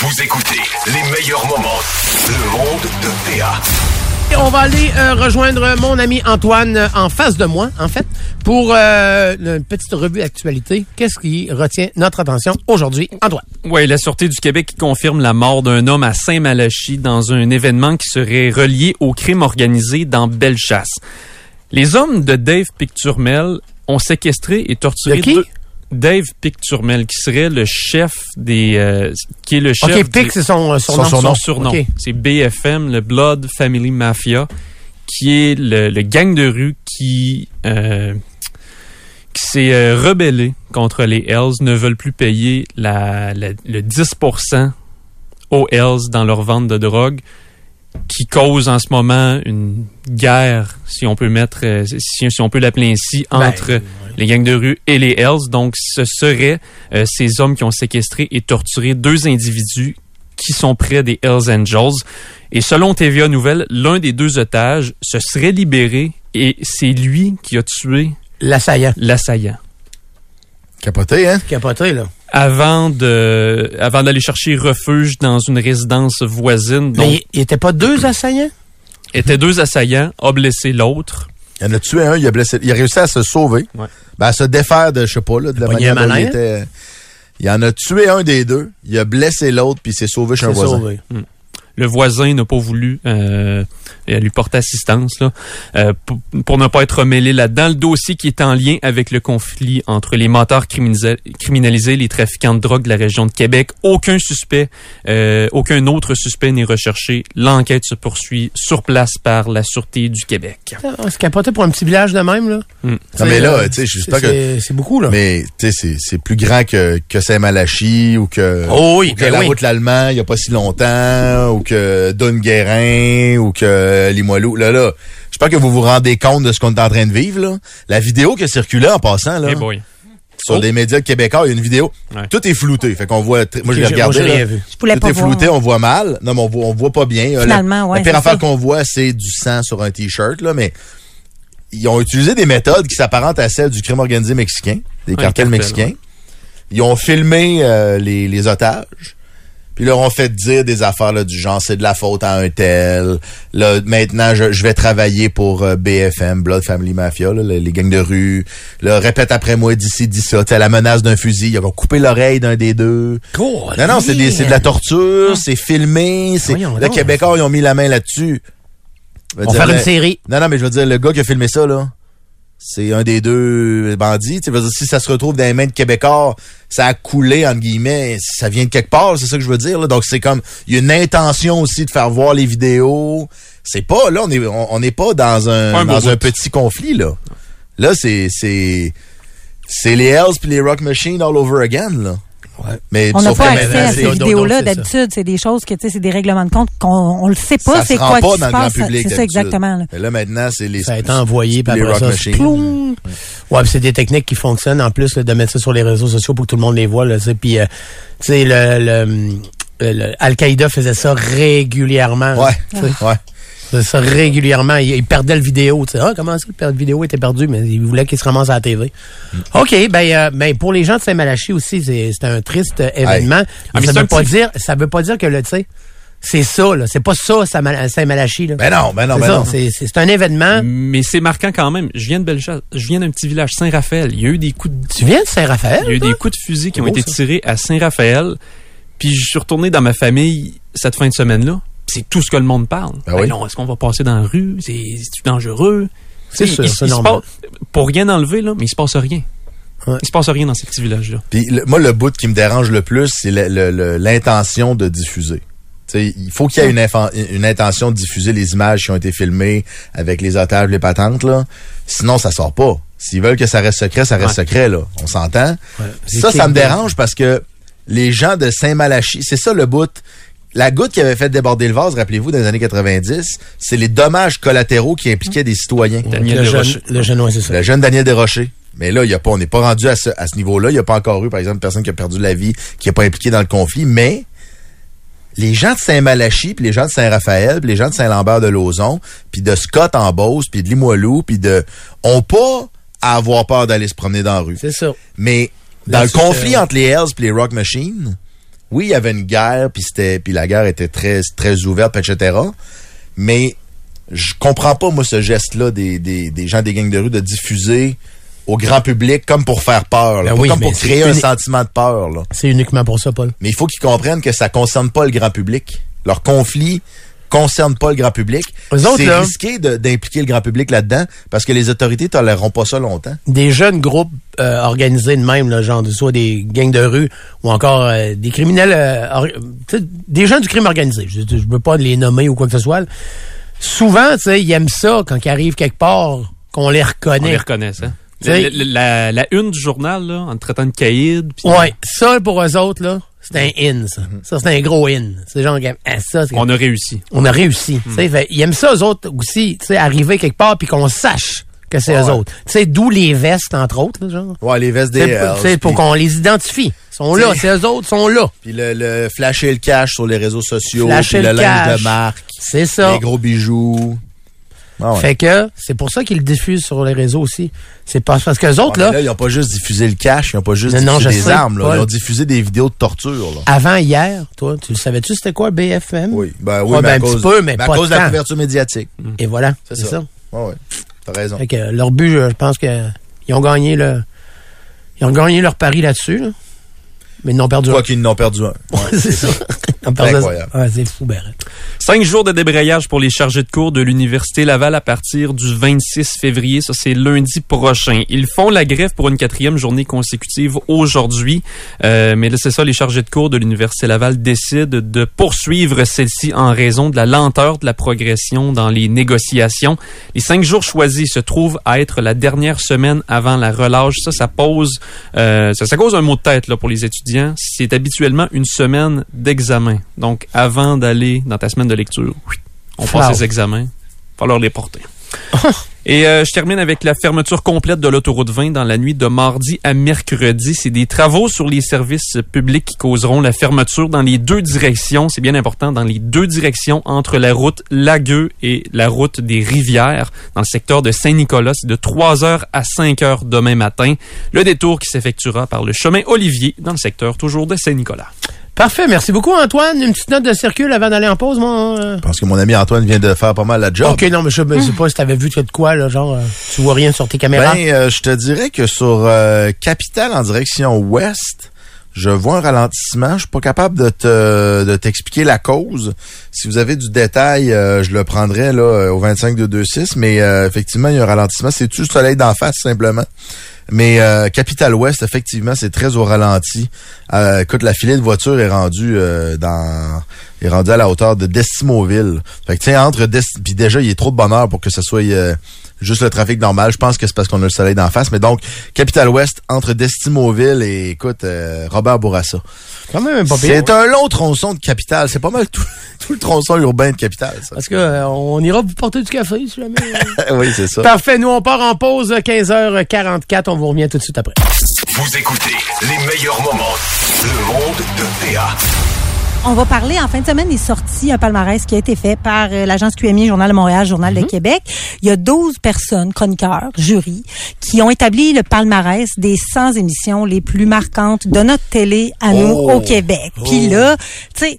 Vous écoutez les meilleurs moments. Le monde de Théa. Et on va aller euh, rejoindre mon ami Antoine euh, en face de moi, en fait, pour euh, une petite revue d'actualité. Qu'est-ce qui retient notre attention aujourd'hui, Antoine? Oui, la Sûreté du Québec qui confirme la mort d'un homme à Saint-Malachie dans un événement qui serait relié au crime organisé dans Bellechasse. Les hommes de Dave Picturmel ont séquestré et torturé De qui? deux- Dave Picturmel, qui serait le chef des... euh, qui est le chef OK, des- Pic, c'est son, euh, son son, nom. son surnom. OK. C'est BFM, le Blood Family Mafia, qui est le, le gang de rue qui, euh, qui s'est euh, rebellé contre les Hells, ne veulent plus payer la- la- le 10% aux Hells dans leur vente de drogue, qui cause en ce moment une guerre, si on peut mettre, euh, si, si on peut l'appeler ainsi, Ben, entre les gangs de rue et les Hells. Donc, ce seraient euh, ces hommes qui ont séquestré et torturé deux individus qui sont près des Hells Angels. Et selon TVA Nouvelle, l'un des deux otages se serait libéré et c'est lui qui a tué L'assaillant. l'assaillant. Capoté, hein? Capoté, là. Avant de, avant d'aller chercher refuge dans une résidence voisine, Mais donc il- il était pas deux assaillants? étaient deux assaillants, a blessé l'autre. Il en a tué un, il a blessé. Il a réussi à se sauver. Ouais. Ben, à se défaire de, je sais pas, là, de la pogné un manière dont il malin. était. euh, Il en a tué un des deux, il a blessé l'autre, puis il s'est sauvé chez un C'est voisin. sauvé. Le voisin n'a pas voulu euh, lui porter assistance là, euh, pour, pour ne pas être mêlé là-dedans. Le dossier qui est en lien avec le conflit entre les menteurs criminalisés, criminalisés les trafiquants de drogue de la région de Québec. Aucun suspect, euh, aucun autre suspect n'est recherché. L'enquête se poursuit sur place par la Sûreté du Québec. On Ah, se capotait pour un petit village de même, là. Hmm. Non, mais là, euh, tu sais, je sais c'est- pas que- c'est- C'est beaucoup, là. Mais, tu sais, c'est- c'est plus grand que, que Saint-Malachie ou que. Oh oui, ou que ben la oui. route l'Allemand, il y a pas si longtemps, ou que Don Guérin, ou que Limoilou. Là, là. Je sais pas que vous vous rendez compte de ce qu'on est en train de vivre, là. La vidéo qui a circulé en passant, là. Eh ben, boy. sur Oh. les médias québécois, il y a une vidéo. Ouais. Tout est flouté. Fait qu'on voit. tr- Moi, je l'ai Ok, j'ai- moi, regardé. j'ai rien là. vu. Je voulais Tout pas est voir. flouté, on voit mal. Non, mais on voit, on voit pas bien. Euh, la- Finalement, ouais, La pire c'est affaire ça. qu'on voit, c'est du sang sur un T-shirt, là, mais ils ont utilisé des méthodes qui s'apparentent à celles du crime organisé mexicain, des cartels cartel, mexicains. Ils ont filmé euh, les, les otages. Puis leur ont fait dire des affaires là, du genre c'est de la faute à un tel. Là, maintenant je, je vais travailler pour euh, BFM, Blood Family Mafia, là, les, les gangs de rue. Là, répète après moi d'ici, dis ça. Tu sais, la menace d'un fusil, ils ont coupé l'oreille d'un des deux. Non, non, c'est des- c'est de la torture, c'est filmé, c'est. Ah. Voyons Les donc. Québécois, ils ont mis la main là-dessus. Je veux On va dire, ben, faire le- une série. Non, non, mais je veux dire, le gars qui a filmé ça, là, c'est un des deux bandits. Tu sais, je veux dire, si ça se retrouve dans les mains de Québécois, ça a coulé, entre guillemets, ça vient de quelque part, c'est ça que je veux dire, là. Donc, c'est comme, il y a une intention aussi de faire voir les vidéos. C'est pas, là, on est, on on n'est pas dans un, Pas un beau dans un bout. petit conflit, là. Là, c'est, c'est, c'est les Hells puis les Rock Machines all over again, là. Ouais. Mais On n'a sauf que pas accès maintenant, à c'est- ces donc, donc, vidéos-là c'est ça. d'habitude. C'est des choses que, tu sais, c'est des règlements de compte qu'on on le sait pas. ça C'est se rend quoi pas dans qui se le grand passe. public. C'est ça, d'habitude. exactement. là. Mais là, maintenant, c'est les. Ça a été envoyé, puis les après Rock ça, c'est Machines. ploum. Ouais, puis c'est des techniques qui fonctionnent en plus là, de mettre ça sur les réseaux sociaux pour que tout le monde les voit. Là, tu sais. puis, euh, tu sais, le, le, hum, euh, le- Al-Qaïda faisait ça régulièrement. Ouais, Tu sais, ouais. faisait ça régulièrement. Ils il perdaient le vidéo. tu sais. Ah, comment ça, le per- vidéo était perdu? Mais ils voulaient qu'il se ramasse à la TV. Mm. OK, ben, euh, ben pour les gens de Saint-Malachie aussi, c'est c'est un triste euh, événement. Ah, mais ça c'est veut un pas petit- dire, ça veut pas dire que le, tu sais, c'est ça, là. C'est pas ça, Saint-Mal- Saint-Malachie, là. Ben non, ben non, C'est ben ça, non. c'est- c'est c'est un événement. Mais c'est marquant quand même. Je viens de Bellechasse, je viens d'un petit village Saint-Raphaël. Il y a eu des coups de Tu viens de Saint-Raphaël? Il y a eu toi? des coups de fusil qui ont beau, été ça. tirés à Saint-Raphaël. Puis je suis retourné dans ma famille cette fin de semaine-là. Puis C'est tout ce que le monde parle. Ah Ben oui. non, est-ce qu'on va passer dans la rue? C'est c'est-tu dangereux? C'est Tu sais, sûr, il- c'est il se normal. passe- pour rien enlever, là, mais il se passe rien. Ouais. Il se passe rien dans ces petits villages-là. Puis le- moi, le bout qui me dérange le plus, c'est le- le- le- l'intention de diffuser. Tu sais, il faut qu'il y ait une, infan- une intention de diffuser les images qui ont été filmées avec les otages, les patentes, là. Sinon, ça sort pas. S'ils veulent que ça reste secret, ça reste Ouais. secret, là. On s'entend? Ça, ça me dérange parce que les gens de Saint-Malachie, c'est ça le bout. La goutte qui avait fait déborder le vase, rappelez-vous, dans les années 90, c'est les dommages collatéraux qui impliquaient des citoyens. Daniel le, jeune, Desrochers. le jeune, ouais, c'est ça. Le jeune Daniel Desrochers. Mais là, il y a pas, on n'est pas rendu à ce, à ce niveau-là. Il n'y a pas encore eu, par exemple, personne qui a perdu la vie, qui n'est pas impliqué dans le conflit. Mais les gens de Saint-Malachie, puis les gens de Saint-Raphaël, puis les gens de Saint-Lambert-de-Lauzon, puis de Scott en Beauce, puis de Limoilou, puis de... ont pas à avoir peur d'aller se promener dans la rue. C'est ça. Mais Là, dans le c'est, conflit euh, entre les Hells et les Rock Machines, oui, il y avait une guerre, puis c'était, puis la guerre était très, très ouverte, etc. Mais je comprends pas moi ce geste-là des, des, des gens des gangs de rue de diffuser au grand public comme pour faire peur, là, Ben pas oui, comme pour mais c'est créer un une- sentiment de peur. Là. C'est uniquement pour ça, Paul. Mais il faut qu'ils comprennent que ça concerne pas le grand public. Leur conflit concerne pas le grand public. Eux autres, C'est là- risqué de- d'impliquer le grand public là-dedans parce que les autorités toléreront pas ça longtemps. des jeunes groupes euh, organisés de même, là, genre soit des gangs de rue ou encore euh, des criminels, euh, or- tu sais, des gens du crime organisé. Je ne veux pas les nommer ou quoi que ce soit. Souvent, tu sais, ils aiment ça quand ils arrivent quelque part, qu'on les On reconnaît. les reconnaît, ça. Tu sais- Le- le- La, la une du journal, là, en te traitant de caïd. puis- ouais, ça pour eux autres là, c'est un in ça. Mm-hmm. Ça c'est un gros in. C'est genre comme, ah, ça, c'est- On a réussi. on a réussi. Tu Hmm. sais, fait, ils aiment ça eux autres aussi, tu sais, arriver quelque part puis qu'on sache que c'est eux Ah Ouais. autres. Tu sais, d'où les vestes entre autres, là, genre. Ouais, les vestes des C'est pour- Hells, c'est pour puis- qu'on les identifie. Ils sont là, c'est eux autres, ils sont là. Puis le, le flasher le cash sur les réseaux sociaux, Flasher puis le, le linge cash. de marque, C'est ça. les gros bijoux. Ah ouais. Fait que c'est pour ça qu'ils le diffusent sur les réseaux aussi. C'est pas parce que les Ouais, autres Ah, mais là, là, ils ont pas juste diffusé le cash, ils ont pas juste Non, non, diffusé je des sais, Ah. armes, là. ils Paul. ont diffusé des vidéos de torture. Là. avant hier, toi, tu le savais-tu c'était quoi BFM Oui, ben Ouais, oui, mais à ben, un cause, petit peu, mais à pas cause de la tant. couverture médiatique. Et voilà, c'est ça. ça. Ouais, ouais. T'as raison. Fait que leur but, je je pense que ils ont gagné le, ils ont gagné leur pari là-dessus, là. mais ils n'ont perdu. Quoi qu'ils n'ont perdu un. un. c'est ça. Ils ont perdu un. Incroyable. Ah, c'est fou, Barrett. Cinq jours de débrayage pour les chargés de cours de l'Université Laval à partir du 26 février. Ça, c'est lundi prochain. Ils font la grève pour une quatrième journée consécutive aujourd'hui. Euh, mais là, c'est ça, les chargés de cours de l'Université Laval décident de poursuivre celle-ci en raison de la lenteur de la progression dans les négociations. Les cinq jours choisis se trouvent à être la dernière semaine avant la relâche. Ça, ça pose, euh, ça, ça cause un mot de tête là, pour les étudiants. C'est habituellement une semaine d'examen. Donc, avant d'aller dans ta semaine de lecture, oui, on passe Wow. les examens. falloir les porter. Et euh, je termine avec la fermeture complète de l'autoroute 20 dans la nuit de mardi à mercredi. C'est des travaux sur les services publics qui causeront la fermeture dans les deux directions. C'est bien important, dans les deux directions entre la route Lagueux et la route des Rivières dans le secteur de Saint-Nicolas. C'est de 3h à 5h demain matin. Le détour qui s'effectuera par le chemin Olivier dans le secteur toujours de Saint-Nicolas. Parfait, merci beaucoup Antoine. Une petite note de circule avant d'aller en pause, mon. euh. Parce que mon ami Antoine vient de faire pas mal la job. Ok, non, mais je je sais pas si t'avais vu de quoi, là, genre, euh, tu vois rien sur tes caméras. Ben, euh, je te dirais que sur euh, Capital en direction ouest, je vois un ralentissement. Je suis pas capable de te de t'expliquer la cause. Si vous avez du détail, euh, je le prendrai là euh, au 25 226. Mais euh, effectivement, il y a un ralentissement. C'est tu le soleil d'en face simplement. Mais euh, Capital Ouest, effectivement, c'est très au ralenti. Euh, écoute, la filée de voiture est rendue euh, dans est rendue à la hauteur de Destimoville. Fait que tu sais, entre Dest puis déjà, il est trop de bonheur pour que ce soit euh, juste le trafic normal. Je pense que c'est parce qu'on a le soleil d'en face. Mais donc, Capital Ouest entre Destimoville et écoute, euh, Robert Bourassa. Quand même pas pire. C'est un long tronçon de Capital. C'est pas mal tout, tout le tronçon urbain de Capital, ça. Parce que euh, on ira vous porter du café si jamais. euh. oui, c'est ça. Parfait, nous on part en pause 15h44, on vous revient tout de suite après. Vous écoutez les meilleurs moments. Le monde de Théa. On va parler en fin de semaine des sorties, un palmarès qui a été fait par euh, l'agence QMI, Journal de Montréal, Journal Mhm. de Québec. Il y a 12 personnes, chroniqueurs, jury, qui ont établi le palmarès des 100 émissions les plus marquantes de notre télé à nous Oh. au Québec. Puis là, tu sais,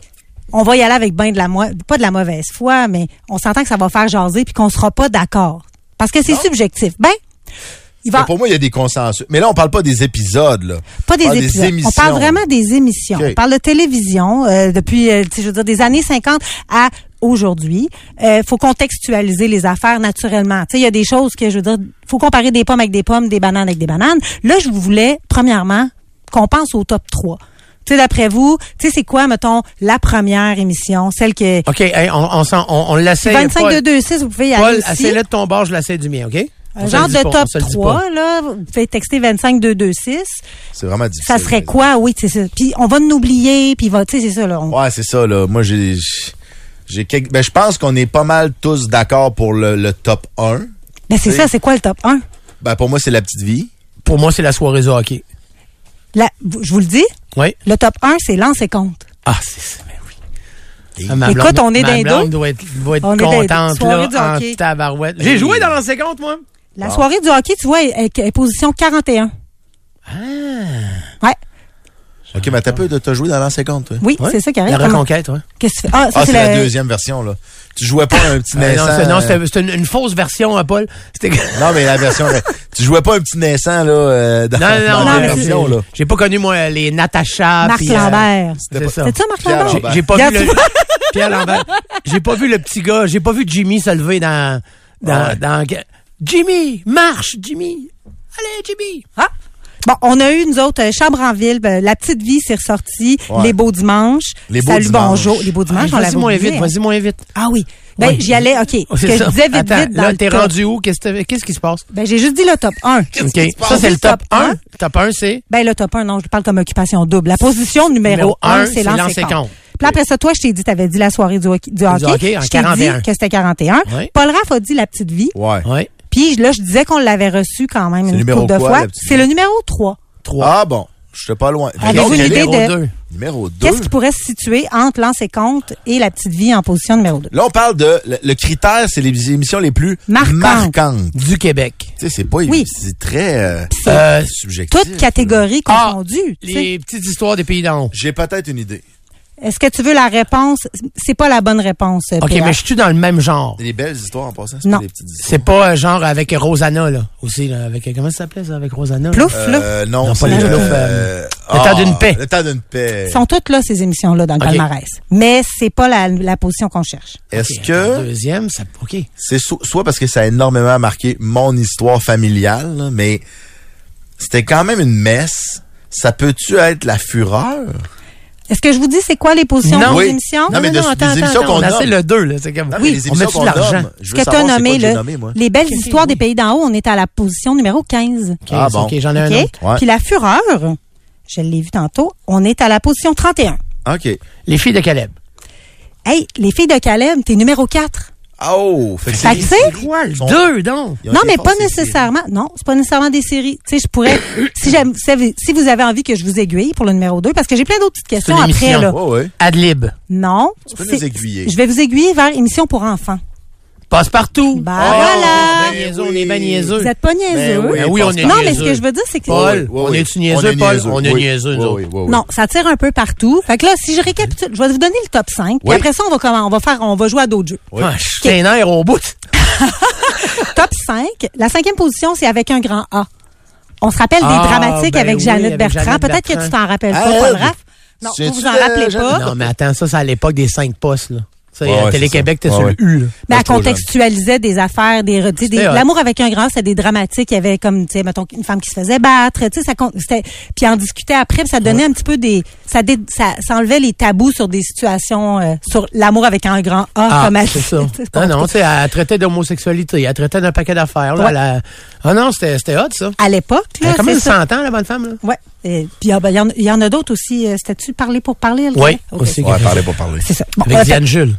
on va y aller avec ben de la moi, pas de la mauvaise foi, mais on s'entend que ça va faire jaser puis qu'on sera pas d'accord parce que c'est subjectif. Ben, il va Mais pour moi, il y a des consensus. Mais là, on parle pas des épisodes, là. pas des On parle épisodes. Ah, émissions. on parle vraiment des émissions. OK. On parle de télévision euh, depuis, euh, tu sais, je veux dire, des années 50 à aujourd'hui. Euh, faut contextualiser les affaires naturellement. Tu sais, il y a des choses que, je veux dire, faut comparer des pommes avec des pommes, des bananes avec des bananes. Là, je voulais, premièrement, qu'on pense au top 3. Tu sais, d'après vous, tu sais, c'est quoi, mettons, la première émission, celle que... OK, hey, on, on, s'en- on, on l'essaie. 25 Ah, ben, Paul, de 2, 6, vous pouvez y aller Paul, aussi. essaie-le de ton bord, je l'essaie du mien, OK? Un On se genre le dit de pas, top on se le dit pas. 3, là, vous pouvez texter 25 2, 2, 6. C'est vraiment difficile. Ça serait mais- quoi? Oui, c'est ça. Puis on va nous oublier, puis il va, tu sais, c'est ça, là. on- Ouais, c'est ça, là. Moi, j'ai. J'ai quelques... ben, je pense qu'on est pas mal tous d'accord pour le, le top 1. Mais c'est Oui. ça, c'est quoi le top 1? Ben, pour moi, c'est la petite vie. Pour moi, c'est la soirée du hockey. La- je vous le dis, Oui. le top 1, c'est Lance et compte. Ah, c'est ça. ben oui. Ah, ma Écoute, blonde- on est ma dans les blonde deux. doit être, doit être On est dans les deux. contente, Soirée du là, hockey. en tabarouette. J'ai joué dans l'ancien compte, moi. La soirée Ah. du hockey, tu vois, est, est- est position 41. Ah, Ouais. OK, mais t'as peu de t'as joué dans l'an 50, toi. Oui, Ouais. c'est ça qui arrive. La Comment- reconquête, ouais. Qu'est-ce que tu fais? Ah, ça, Ah, c'est c'est la le- deuxième version, là. Tu jouais pas un petit Euh, non, naissant. c'était- non, euh, c'était c'était une, une fausse version, hein, Paul. C'était que- Non, mais la version. tu jouais pas un petit naissant, là, euh, dans, Non, non, dans non, la mais c'est- version, là. J'ai pas connu, moi, les Natacha. Marc puis, euh, Lambert. C'est ça. C'est ça, Marc Pierre Lambert? J'ai- J'ai pas vu le... Pierre Lambert. J'ai pas vu le petit gars. J'ai pas vu Jimmy se lever dans... dans, dans... Jimmy! Marche, Jimmy! Allez, Jimmy! Ah! Bon, on a eu, nous autres, euh, Chambre en ville, ben, La Petite Vie, c'est ressorti, Ouais. Les Beaux Dimanches, Les Beaux Salut, Dimanches. bonjour, Les Beaux Dimanches, Allez, on l'avait vas-y moins oublié, vite, hein. vas-y moins vite. Ah oui, ben Oui. j'y allais, OK, ce C'est que je ça. disais vite, Attends, vite dans là, le t'es top. rendu où? Qu'est-ce que- qu'est-ce qui se passe? Ben, j'ai juste dit le top 1. OK. Ça, c'est le top 1. Le top 1, c'est... Ben, le top 1, non, je parle comme occupation double. La position numéro Numéro 1, un, c'est c'est l'an l'an 50. séquence. Puis après ça, toi, je t'ai dit, t'avais dit la soirée du hockey. Du hockey. hockey en je t'ai dit 41. que c'était 41. Ouais. Paul Raff a dit la petite vie. Ouais. Ouais. Puis là, je disais qu'on l'avait reçu quand même une numéro couple de quoi, fois. La Petite Vie? C'est le numéro 3. 3. Ah bon, j'étais pas loin. Avez-vous Donc, une idée numéro de- 2. Numéro 2. Qu'est-ce qui pourrait se situer entre l'an 50 et la petite vie en position numéro 2? Là, on parle de. Le, le critère, c'est les émissions les plus Marquantes. marquantes. Du Québec. Tu sais, c'est pas. Oui. C'est très euh, Euh, subjectif. Toutes catégories Ah, confondues. tu sais. les petites histoires des pays d'en haut. J'ai peut-être une idée. Est-ce que tu veux la réponse? C'est pas la bonne réponse. OK, PH. mais je suis dans le même genre. Des belles histoires en passant, c'est Non. pas des petites histoires. C'est pas euh, genre avec Rosanna, là. Aussi, là, avec. euh, Comment ça s'appelait, ça, avec Rosanna? là? Plouf, là. Euh, non, Non, pas c'est, les ploufs, euh, le temps d'une paix. Le temps d'une paix. Ils sont toutes là, ces émissions-là, dans le OK. palmarès. Mais c'est pas la, la position qu'on cherche. Est-ce OK, que la Deuxième, ça. OK. c'est so- soit parce que ça a énormément marqué mon histoire familiale, là, mais c'était quand même une messe. Ça peut-tu être la fureur? Est-ce que je vous dis c'est quoi les positions Non. des Oui. émissions? Non, mais de- des émissions qu'on on a. C'est nomme. le 2, là. C'est comme. Non, mais oui, les on émissions met de qu'on l'argent. nomme, je Ce veux que tu as savoir, c'est quoi nommé, que j'ai là, nommé, moi. les belles Qu'est-ce que histoires oui. des pays d'en haut, on est à la position numéro 15. OK, Ah, bon. OK, j'en ai OK? un autre. Ouais. Puis la fureur, je l'ai vu tantôt, on est à la position 31. OK. Les filles de Caleb. Hey, les filles de Caleb, t'es numéro 4. Ah, Oh! Fait que Fait que, tu sais, Quoi, le Sont- 2, donc? ils ont non, été mais forts, pas ces nécessairement. Non, c'est pas nécessairement des séries. Tu sais, je pourrais, si, j'aime- si vous avez envie que je vous aiguille pour le numéro 2, parce que j'ai plein d'autres petites questions une après, émission. là. séries. Ouais, ouais. Adlib. Non. peux c'est- nous aiguiller. Je vais vous aiguiller vers émission pour enfants. Passe partout. Ben On voilà. est ben Oh, bien Ah, niaiseux, on oui. est bien niaiseux. Vous êtes pas niaiseux. Ben oui, Ben oui, on est non, mais niaiseux. ce que je veux dire, c'est que... Paul, Oui, on oui. est-tu niaiseux, Paul? On est Oui. niaiseux, Oui, nous oui, autres. oui, oui. Non, ça tire un peu partout. Fait que là, si je récapitule, je vais vous donner le top 5. Puis Oui. après ça, on va comment, on va faire, on va jouer à d'autres jeux. Oui. Ah, je suis un air au bout. Top 5. La cinquième position, c'est avec un grand A. On se rappelle Ah, des dramatiques ben avec oui, Jeannette avec Bertrand. Jeannette Peut-être que Bertrand. tu t'en rappelles Ah, pas, elle? Paul Raff. Non, Tu vous sais-tu vous en de rappelez pas. Jeannette? Non, mais attends, ça, c'est à l'époque des cinq postes, là. Ça, Ouais, à ouais, Télé-Québec, c'est t'es ça. sur Ouais, le U, là. Mais Moi, elle je suis trop jeune. contextualisait des affaires, des, des, des C'était hot. l'amour avec un grand, c'était des dramatiques. Il y avait comme, tu sais, mettons, une femme qui se faisait battre, tu sais, ça con- c'était, puis en discutait après, puis ça donnait un petit peu des, ça, dé- ça, ça enlevait les tabous sur des situations, euh, sur l'amour avec un grand A, Ah, comme elle c'est ça. tu sais, Ah non, tu sais, elle traitait d'homosexualité, elle traitait d'un paquet d'affaires. là, Ouais. elle a- Ah non, c'était c'était hot, ça. À l'époque, Elle là, a quand c'est même ça. 100 ans, la bonne femme, là. Ouais. Et puis ah ben, il y en- il y, en a d'autres aussi. euh, C'était-tu parler pour parler? le Oui, gars? Ok. aussi. Ouais, parlez pas parler. C'est ça. Bon, Avec euh, Diane Jules.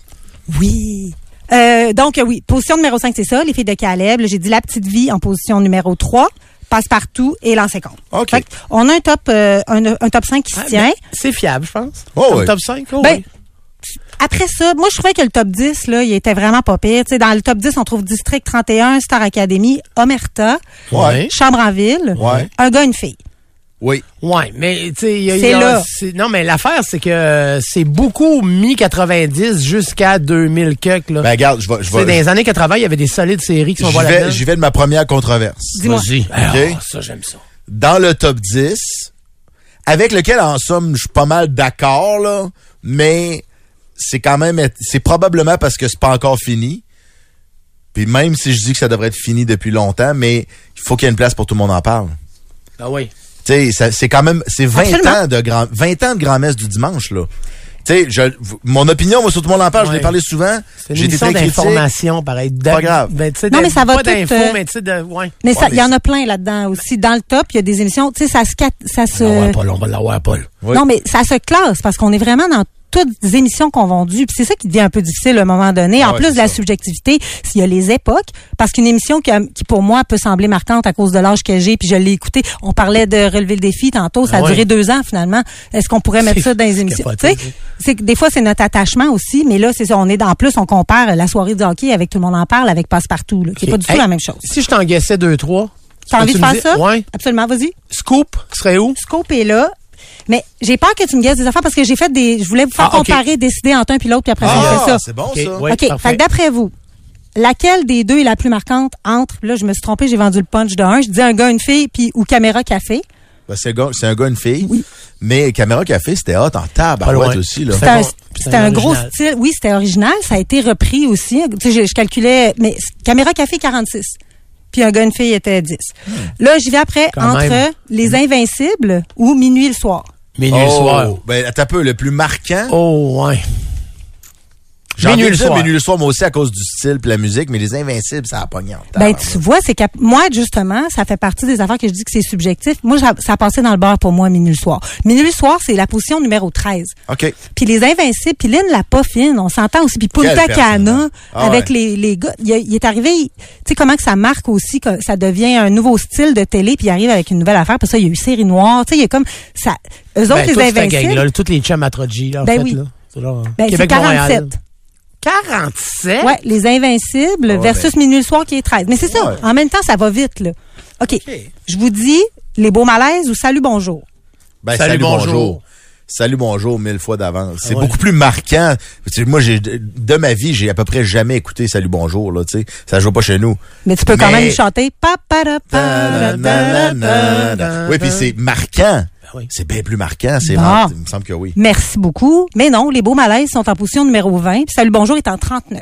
fait- oui. Euh, donc, euh, oui, position numéro 5, c'est ça, les filles de Caleb. Là, J'ai dit la petite vie en position numéro 3, passe-partout et l'an seconde. OK. Fait que on a un top, euh, un, un top 5 qui se Ah, tient. ben, C'est fiable, je pense. Oh, Comme oui. top 5, oh, Ben, oui. Après ça, moi, je trouvais que le top 10, là, il était vraiment pas pire. Tu sais, dans le top 10, on trouve District 31, Star Academy, Omerta, Ouais. Chambre en ville, Ouais. un gars, une fille. Oui. Ouais, mais tu sais, il y a- C'est il y a- là. c'est- Non, mais l'affaire, c'est que euh, c'est beaucoup mi-90 jusqu'à 2000 quelques, là. Ben, regarde, je vais. Tu Je sais, vais dans les années 80, il y avait des solides séries qui sont j'y voilà vais, j'y vais de ma première controverse. Dis-moi. Vas-y. Ah, Ok. ça, j'aime ça. Dans le top 10, avec lequel, en somme, je suis pas mal d'accord, là, mais c'est quand même, c'est probablement parce que c'est pas encore fini. Puis même si je dis que ça devrait être fini depuis longtemps, mais il faut qu'il y ait une place pour tout le monde en parle. Ah oui. Tu sais, ça- c'est quand même, c'est 20 Absolument. ans de grand, 20 ans de grand-messe du dimanche, là. Tu sais, je, v- mon opinion, moi, sur tout le monde en parle, je Ouais. l'ai parlé souvent. C'est une J'ai été émission très critique. d'information, pareil. Pas grave. Ben, tu sais, Non, de- mais ça va Pas tout, d'info, euh, mais tu sais, de... Ouais. Mais ça, Ouais, il y en a plein là-dedans aussi. Dans le top, il y a des émissions, tu sais, ça se, cat- ça se, On va l'avoir, Paul, on va l'avoir, Paul. Oui. Non, mais ça se classe parce qu'on est vraiment dans toutes les émissions qu'on vendues. Puis c'est ça qui devient un peu difficile à un moment donné. Ah en ouais, plus c'est de la ça. subjectivité, s'il y a les époques, parce qu'une émission qui, a- qui, pour moi peut sembler marquante à cause de l'âge que j'ai, puis je l'ai écoutée. On parlait de relever le défi tantôt. Ça a Ah ouais. duré deux ans finalement. Est-ce qu'on pourrait mettre C'est- ça dans les c'est émissions capoté, Tu sais, ça. c'est que des fois c'est notre attachement aussi, mais là c'est ça. On est dans en plus, on compare la soirée du hockey avec tout le monde en parle, avec passe-partout, là, qui est Ok. pas du tout Hey, la même chose. Si je t'en guessais deux, trois. T'as envie peux-tu de me faire dire- ça Ouais. Absolument. Vas-y. Scoop serait où? Scoop est là. Mais j'ai peur que tu me guesses des affaires parce que j'ai fait des. Je voulais vous faire Ah, OK. comparer, décider entre un puis l'autre, puis après ça, Ah, j'ai fait ça. c'est bon, Ok, ça. ouais. Oui, OK, parfait. fait que d'après vous, laquelle des deux est la plus marquante entre, là, je me suis trompée, j'ai vendu le punch de un, je dis un gars, une fille, puis ou caméra café. Ben, c'est un gars, c'est un gars, une fille. Mais Caméra Café, c'était hot en tabarouette loin. aussi, là. C'était un, bon, c'était un gros original. style. Oui, c'était original. Ça a été repris aussi. Tu sais, je, je calculais, mais c- Caméra Café 46. Puis un gars, une fille était 10. Là, j'y vais après Hmm. Quand entre même. Hmm. Les Invincibles ou Minuit le soir. Minuit le Oh, soir. Ben, attends un peu, le plus marquant. Oh, ouais. J'ai envie Minuit de le dire soir. Minuit le soir, moi aussi, à cause du style et la musique, mais les Invincibles, ça a pogné en Ben, tabarouette. tu vois, c'est qu'à- moi, justement, ça fait partie des affaires que je dis que c'est subjectif. Moi, ça, ça a passé dans le beurre pour moi, Minuit le soir. Minuit le soir, c'est la position numéro 13. OK. Puis les Invincibles, puis Lynn la pas fine, on s'entend aussi. Puis Punta Quelle personne, Cana, hein? Ah avec ouais. les, les gars, il, a- il est arrivé, il- tu sais comment que ça marque aussi, que ça devient un nouveau style de télé, puis il arrive avec une nouvelle affaire. Puis ça, il y a eu Série Noire, tu sais, il y a comme, ça, eux autres, Ben, les toute cette Invincibles, gang-là, toutes les chums à Trotsky, là, en Ben fait, oui. là. C'est là, hein. ben, c'est Québec-Montréal. 47. 47? Ouais, les Invincibles versus Minuit le soir qui est 13. Mais c'est ça, Ah ben. Ouais. en même temps, ça va vite, là. OK, je vous dis, les beaux malaises ou salut, bonjour. Ben, Salut, salut, bonjour. bonjour. Salut, bonjour, mille fois d'avance. C'est Ah ouais. beaucoup plus marquant. Tu sais, Moi, j'ai, de ma vie, j'ai à peu près jamais écouté Salut, bonjour, là, tu sais. Ça joue pas chez nous. Mais tu peux quand Mais- même chanter. Pa, pa, ra, pa, ra, ta, ra, ta, ra. Oui, puis c'est marquant. Ben oui. C'est bien plus marquant. C'est Bon. mar- Il me semble que oui. Merci beaucoup. Mais non, les beaux malaises sont en position numéro 20. Puis Salut Bonjour est en 39.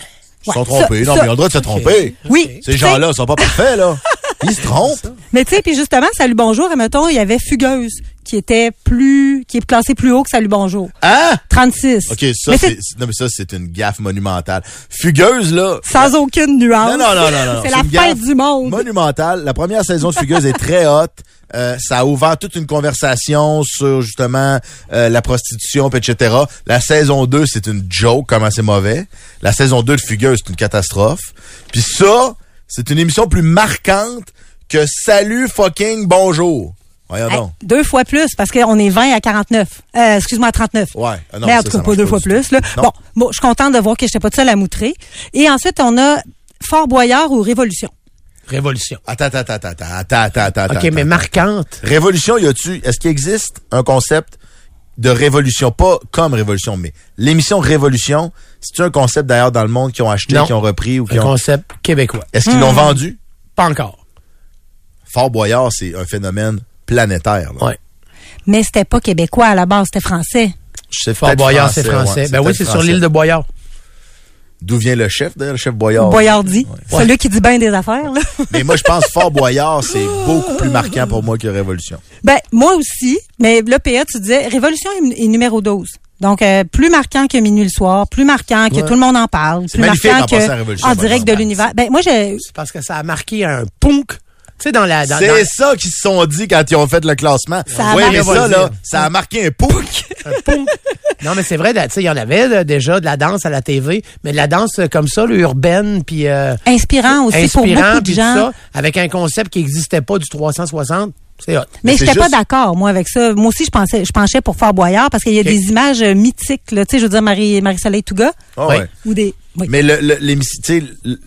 Ils se sont Ouais, trompés. ça- non, ça- mais ils ont le droit de se tromper. Oui. Ces gens-là, ils sont pas parfaits, là. Ils se trompent. Mais tu sais, puis justement, Salut Bonjour, admettons, il y avait Fugueuse qui était plus, qui est classée plus haut que Salut Bonjour. Hein? 36. OK, ça, Mais c'est, non, mais ça, c'est une gaffe monumentale. Fugueuse, là. Sans aucune nuance. Non, non, non, non. non. C'est la une fin gaffe du monde. Monumentale. La première saison de Fugueuse est très haute. Euh, ça a ouvert toute une conversation sur, justement, euh, la prostitution, puis etc. La saison 2, c'est une joke, comment c'est mauvais. La saison 2 de Fugueuse, c'est une catastrophe. Puis ça, c'est une émission plus marquante que Salut fucking bonjour. Voyons Hey, donc. deux fois plus, parce qu'on est 20 à 49. Euh, excuse-moi, à 39. Ouais. Ah non, Mais en ça, tout ça cas, pas marche deux pas fois du plus. tout. Là. Non. Bon, bon, je suis contente de voir que je n'étais pas toute seule à moutrer. Et ensuite, on a Fort Boyard ou Révolution. Révolution. Attends, attends, attends, attends, attends, attends, attends. OK, attends. mais marquante. Révolution, y a-tu, est-ce qu'il existe un concept de révolution? Pas comme révolution, mais l'émission Révolution, c'est-tu un concept d'ailleurs dans le monde qui ont acheté, Non. qui ont repris ou qui Un ont. concept Hmm. québécois. Est-ce qu'ils l'ont vendu? Pas encore. Fort Boyard, c'est un phénomène planétaire. là. Ouais. Mais c'était pas québécois à la base, c'était français. Je sais Fort peut-être Boyard, c'est ouais, français. ben oui, peut-être c'est sur français. l'île de Boyard. D'où vient le chef, d'ailleurs, le chef Boyard? Boyardi. Ouais. Celui qui dit bien des affaires, là. Mais moi, je pense Fort Boyard, c'est beaucoup plus marquant pour moi que Révolution. Ben, moi aussi. Mais là, PA, tu disais, Révolution est, est numéro 12. Donc, euh, plus marquant que Minuit le soir, plus marquant que tout le monde en parle, plus magnifique marquant d'en passer à que Révolution, en par direct de exemple. l'univers. Ben, moi, j'ai... C'est parce que ça a marqué un punk. Tu sais, dans la. Dans, C'est ça qu'ils se sont dit quand ils ont fait le classement. Ça a oui, marqué- mais ça, là, Révolution. ça a marqué un pouc. dans- un punk. Non, mais c'est vrai, là, tu sais, il y en avait là, déjà de la danse à la TV, mais de la danse euh, comme ça, là, urbaine, puis. euh, Inspirant aussi pour inspirant, beaucoup de puis tout gens. ça, avec un concept qui n'existait pas du 360. Ben, C'est hot. Mais Mais je c'est n'étais pas juste- d'accord, moi, avec ça. Moi aussi, je pensais, je penchais pour Fort Boyard parce qu'il y a Ok. des images euh, mythiques, là. Tu sais, je veux dire, Marie, Marie-Soleil Touga. Ah Ouais. ouais. Ou des, oui. Mais le, le- l'émission- tu sais, le-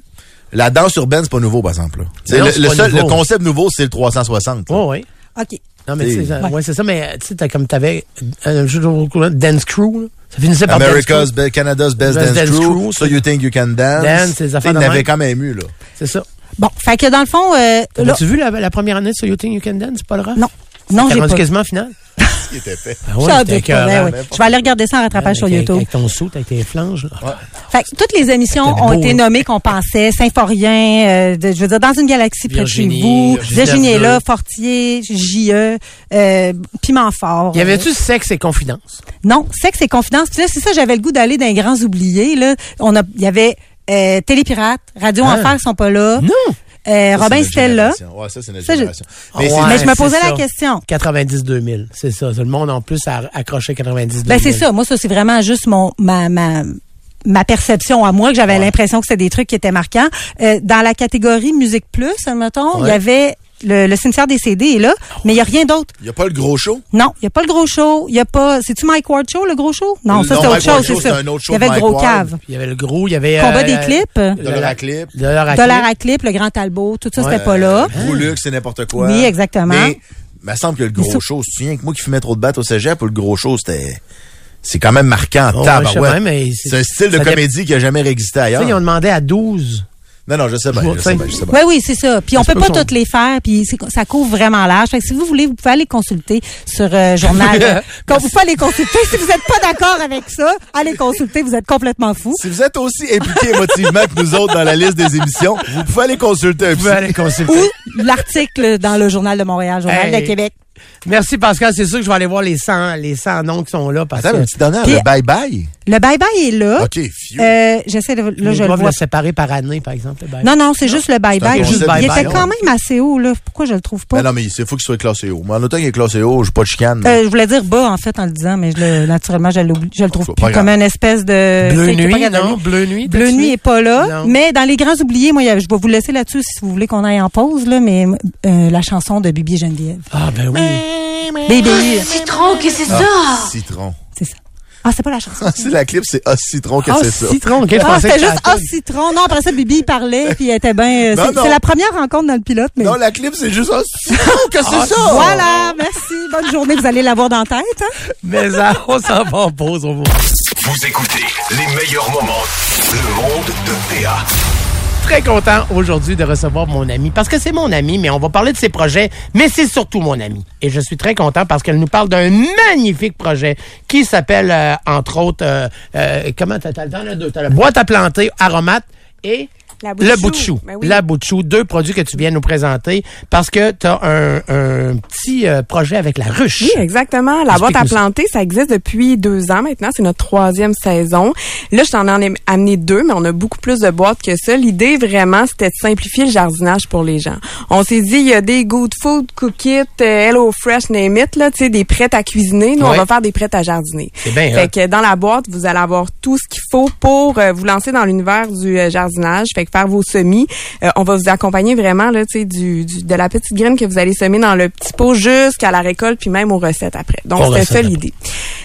la danse urbaine, c'est pas nouveau, par exemple. là. Tu sais, Non, le, c'est le pas seul- nouveau. le concept nouveau, c'est le 360. là. Oh, oui. OK. Non, mais tu sais, Ouais. ouais, c'est ça, mais tu sais, t'as comme t'avais euh, je- je- Dance Crew, là. ça finissait par Dance America's Crew. Be- Canada's Best Best Dance, Dance Crew, Crew, So You Think You Can Dance. Dance, ces Tu sais, affaires il de n'avait même. quand même eu, là. C'est ça. Bon. Fait que dans le fond, euh, là- As-tu vu la, la première année sur You Think You Can Dance, c'est pas le rap? non. Non, T'es j'ai rendu pas. quasiment en finale? Il était fait. Ben J'en c'était doute pas, écœurant. Ah, ben oui. Je vais aller regarder ça en rattrapage sur Avec- YouTube. Avec ton saut, avec tes flanges. là. Fait que toutes les émissions C'était ont beau, été hein. nommées qu'on pensait, Symphorien, euh, de- je veux dire, dans une galaxie près de chez Virginie, vous, Virginie Virginie est là, Laveux. Fortier, J.E., euh, Piment Fort. Y avait-tu sexe et confidence? Non, sexe et confidence. Puis là, c'est ça, j'avais le goût d'aller dans les grands oubliés. Là, on a, il y avait euh, Télépirate, Radio Ah. Enfer sont pas là. Non! Euh, Ça, c'est Robin notre Stella. génération. Ouais, ça, c'est notre Ça, je- génération. Ah Mais c'est- ouais. Mais je me posais c'est la ça. question. 90-2000, c'est ça. Le monde, en plus, a accroché 90 Ben c'est ça. Moi, ça c'est vraiment juste mon ma ma ma perception à moi que j'avais l'impression que c'était des trucs qui étaient marquants. Euh, dans la catégorie musique plus, admettons, il Ouais. y avait le, le cimetière des CD est là, mais il y a rien d'autre. Il n'y a pas le gros show. Non, il y a pas le gros show, il y a pas c'est-tu Mike Ward show le gros show Non, Non, ça c'est Mike autre chose, Ward c'est Show, ça. c'est un autre show Il y avait de le Mike gros Ward. cave. Il y avait le gros, il y avait. Combat des euh, clips. Dollar à clip. Dollar à Dollar clip. à clip, le grand Talbot, tout ça Ouais. c'était pas là. Gros luxe, c'est n'importe quoi. Oui, exactement. Mais Il me semble que le ça- gros show, tu te souviens que moi qui fumais trop de battes au cégep, ou le gros show, c'était. C'est quand même marquant. Oh, tabarouette. je sais bien, mais c'est- c'est un style de ça dé- comédie qui a jamais Tu existé ailleurs. sais, ils ont demandé à 12. Non, non, je sais bien, Je vois- je sais bien, je sais bien. Oui, oui, c'est ça. Puis on Ça peut se pas peut, ça. toutes les faire, puis c'est- ça couvre vraiment large. Fait que si vous voulez, vous pouvez aller consulter sur euh, journal. euh, Quand vous pouvez aller consulter, si vous n'êtes pas d'accord avec ça, allez consulter, vous êtes complètement fou. Si vous êtes aussi impliqué émotivement que nous autres dans la liste des émissions, vous pouvez aller consulter un Vous psy. pouvez aller consulter. Ou l'article dans le Journal de Montréal, Journal Hey. de Québec. Merci Pascal, c'est sûr que je vais aller voir les 100, les 100 noms qui sont là. Parce Attends, que une petite dernière, Puis- le bye-bye. Le bye-bye est Ah, là. OK, Ben fiu. Euh, J'essaie de... Là, ils je le doivent vois. le séparer par année, par exemple. Ben, Non, non, c'est juste le C'est bye-bye. un concept Il bye-bye, Ben, était quand ouais. même assez haut, là. Pourquoi je le trouve pas? Mais non, mais il faut qu'il soit classé haut. Moi, en autant qu'il est classé haut, j'ai pas de chicane. Euh, je voulais dire bas, en fait, en le disant, mais je le- naturellement, je, l'oublie- je le trouve Pas plus grave. comme une espèce de... tu Bleu sais, qui est pas nuit, capable non? d'aller. Bleu nuit. Bleu t'as-tu nuit vu? n'est pas là, Non. mais dans les grands oubliés, moi, il y a- je vais vous laisser là-dessus si vous voulez qu'on aille en pause, là, mais euh, la chanson de Bibi et Geneviève. Ah, ben oui. Baby, Citron, que c'est ça? Citron. c'est ça. Ah, c'est pas la chanson. Ah, c'est la clip, c'est Ah, citron que Ah, c'est ça. citron, ok, je Ah, pensais que c'était juste ça- Ah, citron. Non, après ça, Bibi il parlait, puis elle était bien... euh, Non, c'est- non. c'est la première rencontre dans le pilote, mais... Non, la clip, c'est juste Ah, citron que c'est ça. Voilà, merci. Bonne journée. Vous allez l'avoir dans la tête. hein? Mais ça, on s'en va en Ah pause, on va. Vous écoutez les meilleurs moments. Le monde de Théa. Très content aujourd'hui de recevoir mon ami parce que c'est mon ami, mais on va parler de ses projets, mais c'est surtout mon ami. Et je suis très content parce qu'elle nous parle d'un magnifique projet qui s'appelle, euh, entre autres, euh, euh, comment t'as t'as- t'en as deux, t'as la boîte à planter, aromate et La bout de le chou. bout de chou. Ben oui. La bout de chou, deux produits que tu viens nous présenter parce que t'as un, un petit euh, projet avec la ruche. Oui, exactement. La boîte à Explique-nous ça. planter, ça existe depuis deux ans maintenant. C'est notre troisième saison. Là, je t'en ai amené deux, mais on a beaucoup plus de boîtes que ça. L'idée, vraiment, c'était de simplifier le jardinage pour les gens. On s'est dit, il y a des Good Food, Cook It, euh, Hello Fresh, name it, là, tu sais, des prêts à cuisiner. Nous, Ouais. on va faire des prêts à jardiner. C'est bien, Fait hein? que dans la boîte, vous allez avoir tout ce qu'il faut pour euh, vous lancer dans l'univers du euh, jardinage. Fait que faire vos semis, Euh, on va vous accompagner vraiment là, tu sais, du, du- de la petite graine que vous allez semer dans le petit pot jusqu'à la récolte, puis même aux recettes après. Donc Aux c'était ça recettes l'idée.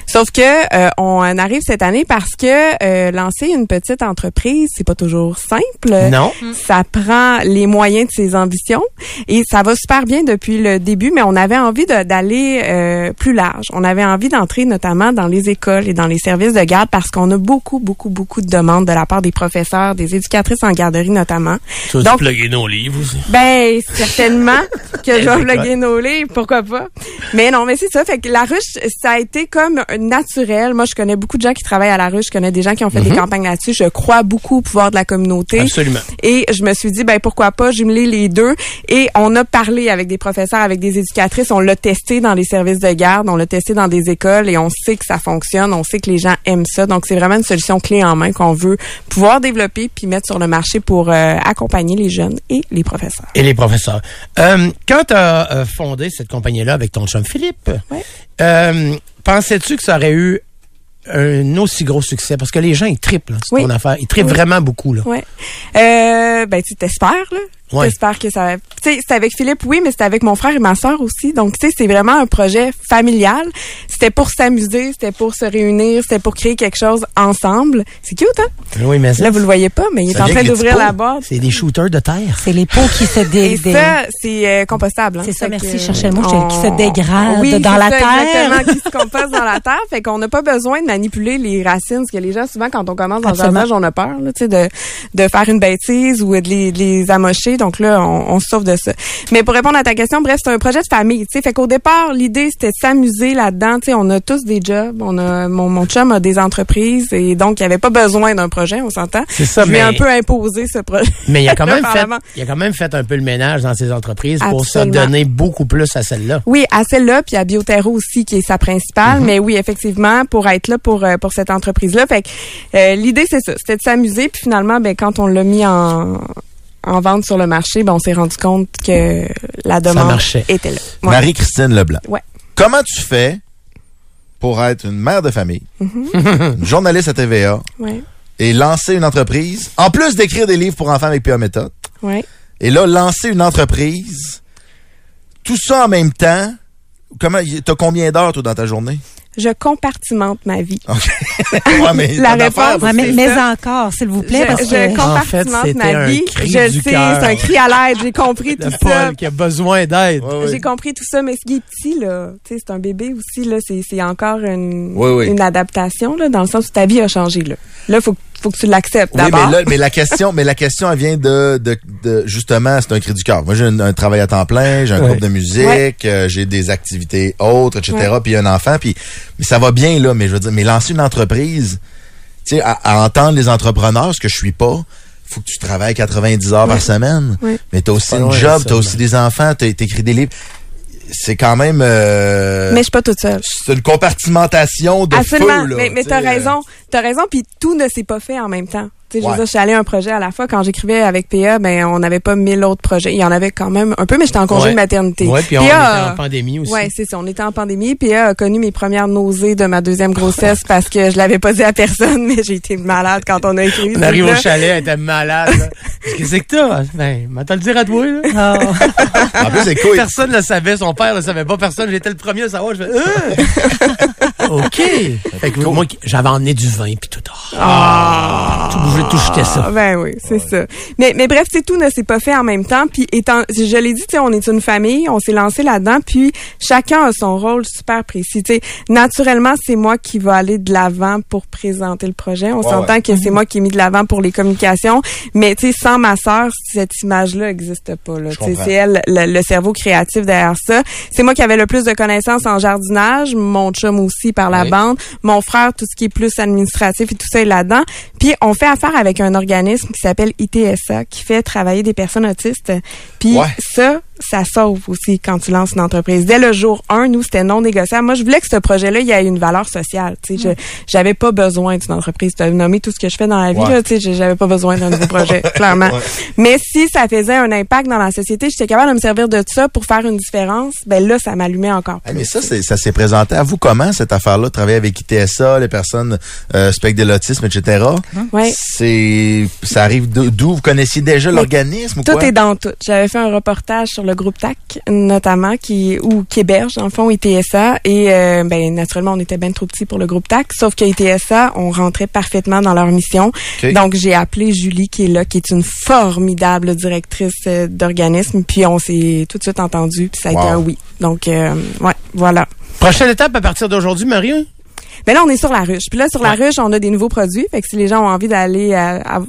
Sauf que euh, on en arrive cette année parce que euh, lancer une petite entreprise, c'est pas toujours Euh, simple. Non. Ça prend les moyens de ses ambitions et ça va super bien depuis le début, mais on avait envie de- d'aller euh, plus large. On avait envie d'entrer notamment dans les écoles et dans les services de garde parce qu'on a beaucoup, beaucoup, beaucoup de demandes de la part des professeurs, des éducatrices en garderie notamment. Tu vas Donc- plugger nos livres aussi. Ben, certainement que je vais Écoute. vlogger nos livres, pourquoi pas. Mais non, mais c'est ça. Fait que la ruche, ça a été comme naturel. Moi, je connais beaucoup de gens qui travaillent à la ruche. Je connais des gens qui ont fait des campagnes là-dessus. Je crois beaucoup au pouvoir de la communauté. Absolument. Et je me suis dit, ben pourquoi pas jumeler les deux. Et on a parlé avec des professeurs, avec des éducatrices. On l'a testé dans les services de garde, on l'a testé dans des écoles et on sait que ça fonctionne. On sait que les gens aiment ça. Donc, c'est vraiment une solution clé en main qu'on veut pouvoir développer puis mettre sur le marché pour euh, accompagner les jeunes et les professeurs. Et les professeurs. Euh, quand tu as fondé cette compagnie-là avec ton chum Philippe, euh, pensais-tu que ça aurait eu un aussi gros succès? Parce que les gens, ils triplent, là, c'est Oui. ton affaire. Ils triplent Oui. vraiment beaucoup. Là. Ouais. Euh, ben, tu t'espères, là. Ouais. T'espères que ça va. Tu sais, c'est avec Philippe, oui, mais c'était avec mon frère et ma sœur aussi. Donc, tu sais, c'est vraiment un projet familial. C'était pour s'amuser, c'était pour se réunir, c'était pour créer quelque chose ensemble. C'est cute, hein? Oui, mais Là, vous le voyez pas, mais il est Ça en vient train avec les d'ouvrir petits la pots. boîte. c'est des shooters de terre. C'est les peaux qui se Et dédé. ça, c'est euh, compostable. hein. C'est ça, Fait merci, que, cherchez le mot, je- qui se dégrade Oui, dans c'est la ça, terre. exactement, qui se compose dans la terre. Fait qu'on n'a pas besoin de manipuler les racines, parce que les gens, souvent, quand on commence dans le Absolument. jardinage, on a peur, là, tu sais, de, de faire une bêtise ou de les, de les amocher. Donc là, on, on se sauve de ça. Mais pour répondre à ta question, bref, c'est un projet de famille, tu sais. Fait qu'au départ, l'idée, c'était de s'amuser là-dedans. Tu sais, on a tous des jobs. On a, mon, mon chum a des entreprises et donc, il n'y avait pas besoin d'un projet, on s'entend. C'est ça, Je lui ai mais- un peu imposé ce projet. Mais il a, quand Là, même par fait, l'avant. il a quand même fait un peu le ménage dans ces entreprises pour se Absolument. donner beaucoup plus à celle-là. Oui, à celle-là, puis à Bioterro aussi, qui est sa principale. Mhm. Mais oui, effectivement, pour être là pour, euh, pour cette entreprise-là. Fait que euh, l'idée, c'est ça. C'était de s'amuser. Puis finalement, ben, quand on l'a mis en, en vente sur le marché, ben, on s'est rendu compte que la demande marchait. était là. Ouais. Marie-Christine Leblanc. Ouais. Comment tu fais pour être une mère de famille, une journaliste à TVA Ouais. et lancer une entreprise, en plus d'écrire des livres pour enfants avec P.A. Méthode, Ouais. et là, lancer une entreprise, tout ça en même temps, comment, y- t'as combien d'heures, toi, dans ta journée? Je compartimente ma vie. Ouais, mais ton La affaire, réponse, Ouais, mais, c'est mais ça. encore, s'il vous plaît, Je, parce que... je compartimente c'était un ma vie. cri je le du sais, c'est cœur. un cri à l'aide. J'ai compris tout Le ça. Paul qui a besoin d'aide. Ouais, ouais. J'ai compris tout ça, mais ce qui est petit, là, tu sais, c'est un bébé aussi, là, c'est, c'est encore une, Oui, oui. une adaptation, là, dans le sens où ta vie a changé, là. Là, faut, que- faut que tu l'acceptes Oui, d'abord. mais là, mais la question, mais la question, elle vient de, de, de- justement, c'est un cri du cœur. Moi, j'ai un, un travail à temps plein, j'ai un Ouais. groupe de musique, Ouais. euh, j'ai des activités autres, etc. Puis un enfant, puis mais ça va bien là, mais je veux dire, mais lancer une entreprise, tu sais, à, à entendre les entrepreneurs, ce que je suis pas. Faut que tu travailles 90 heures par semaine. Ouais. Mais t'as aussi pas une loin, job, ça, t'as aussi mais- des enfants, t'as t'écris des livres. C'est quand même euh, Mais je suis pas toute seule. c'est une compartimentation de Absolument. feu là. mais mais tu t'as sais, euh, raison. T'as raison, puis tout ne s'est pas fait en même temps. Tu sais, je Ouais. veux dire, je suis allée à un projet à la fois. Quand j'écrivais avec PA, ben, on n'avait pas mille autres projets. Il y en avait quand même un peu, mais j'étais en congé Ouais. de maternité. Ouais, puis on PA, était en pandémie aussi. Ouais, c'est ça. On était en pandémie, puis elle a connu mes premières nausées de ma deuxième grossesse parce que je l'avais pas dit à personne, mais j'ai été malade quand on a écrit. On ce arrive au livre-là. chalet, elle était malade. là. Qu'est-ce que c'est que t'as? Ben, m'attends le dire à toi, là. Oh. En plus, c'est cool. Personne ne le savait, son père ne le savait pas, personne. J'étais le premier à le savoir. Je fais, Euh! OK. Fait que moi, j'avais emmené du vin, puis tout. Ah! Tout bouger, tout jeter ça. Ah, Ben oui, c'est ça. Mais, mais bref, c'est tout ne s'est pas fait en même temps. Puis étant, je l'ai dit, tu sais, on est une famille, on s'est lancé là-dedans. Puis chacun a son rôle super précis. Tu sais, naturellement, c'est moi qui va aller de l'avant pour présenter le projet. On Ouais, s'entend que c'est moi qui ai mis de l'avant pour les communications. Mais tu sais, sans ma sœur, cette image-là n'existe pas. Là. Je Tu sais, comprends. C'est elle, le, le cerveau créatif derrière ça. C'est moi qui avais le plus de connaissances en jardinage. Mon chum aussi par la Oui. bande. Mon frère, tout ce qui est plus administratif et tout ça est là-dedans. Puis on fait affaire avec un organisme qui s'appelle ITSA, qui fait travailler des personnes autistes. Puis Ouais. ça, ça sauve aussi quand tu lances une entreprise. Dès le jour 1, nous, c'était non négociable. Moi, je voulais que ce projet-là, il y ait une valeur sociale. Tu sais, je- j'avais pas besoin d'une entreprise. Tu as nommé tout ce que je fais dans la vie. Ouais. là, tu sais, j'ai- j'avais pas besoin d'un nouveau projet, clairement. Mais si ça faisait un impact dans la société, j'étais capable de me servir de ça pour faire une différence. Ben là, ça m'allumait encore Ah, plus. mais ça, c'est- ça s'est présenté à vous comment, cette affaire-là, de travailler avec ITSA, les personnes euh, spectres de l'autisme, etc. Ouais. C'est, ça arrive d'o- d'où? Vous connaissiez déjà l'organisme ou Tout quoi? est dans tout. J'avais fait un reportage sur le groupe TAC, notamment, qui ou qui héberge, dans le fond, ITSA. Et euh, ben, naturellement, on était bien trop petits pour le groupe TAC. Sauf qu'à ITSA, on rentrait parfaitement dans leur mission. Ok. Donc, j'ai appelé Julie, qui est là, qui est une formidable directrice euh, d'organisme. Puis, on s'est tout de suite entendu. Puis, ça a Wow. été un oui. Donc, euh, ouais, voilà. Prochaine étape à partir d'aujourd'hui, Marion? Mais Ben là, on est sur la ruche. Puis là, sur la Ouais. ruche, on a des nouveaux produits. Fait que si les gens ont envie d'aller euh, à-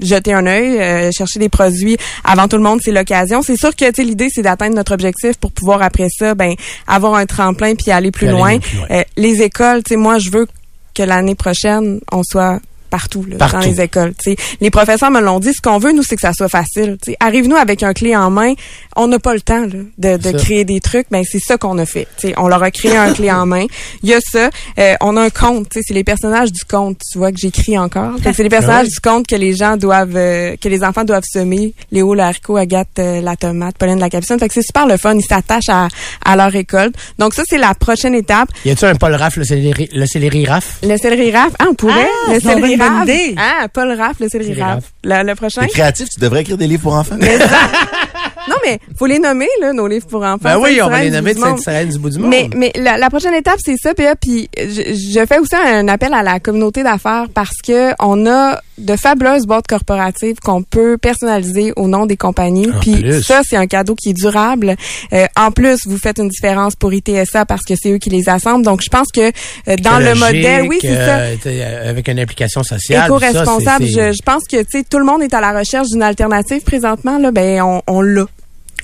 jeter un œil, euh, chercher des produits avant tout le monde, c'est l'occasion. C'est sûr que tu sais, l'idée, c'est d'atteindre notre objectif pour pouvoir après ça, ben, avoir un tremplin puis aller plus Puis aller loin. plus loin. Euh, les écoles, tu sais, moi, je veux que l'année prochaine, on soit partout, là, Partout. dans les écoles. tu sais. Les professeurs me l'ont dit, ce qu'on veut, nous, c'est que ça soit facile. tu sais. Arrive-nous avec un clé en main. On n'a pas le temps là, de, de C'est ça. créer des trucs. Ben, c'est ça qu'on a fait. tu sais. On leur a créé un clé en main. Il y a ça. Euh, on a un conte. tu sais, C'est les personnages du conte, tu vois, que j'écris encore. Fait que C'est les personnages Ah oui. du conte que les gens doivent, euh, que les enfants doivent semer. Léo, le haricot, Agathe, euh, la tomate, Pauline, la capucine. Fait que c'est super le fun. Ils s'attachent à, à leur récolte. Donc ça, c'est la prochaine étape. Y a-tu un Paul Raff, le céleri, le céleri Raff? Le céleri raf. Ah, on pourrait. Ah, le c'est donc céleri bien une raf. bonne idée. Ah, pas le raf, le céleri Céleri raf. raf. Le, le prochain. T'es créatif, tu devrais écrire des livres pour enfants. Non, mais faut les nommer, là, nos livres pour enfants. Ben oui, on va les Sainte-Sérène nommer de du monde. Sainte-Sérène du bout du monde. Mais, mais la, la prochaine étape, c'est ça, PA. Puis je, je fais aussi un appel à la communauté d'affaires parce que on a de fabuleuses boîtes corporatives qu'on peut personnaliser au nom des compagnies. En Puis plus. ça, c'est un cadeau qui est durable. Euh, en plus, vous faites une différence pour ITSA parce que c'est eux qui les assemblent. Donc, je pense que euh, dans le modèle, oui, c'est ça. euh, t'sais, euh, avec une implication sociale. Éco-responsable, ça, c'est- je, je pense que tu sais, tout le monde est à la recherche d'une alternative présentement. Là, ben on, on l'a.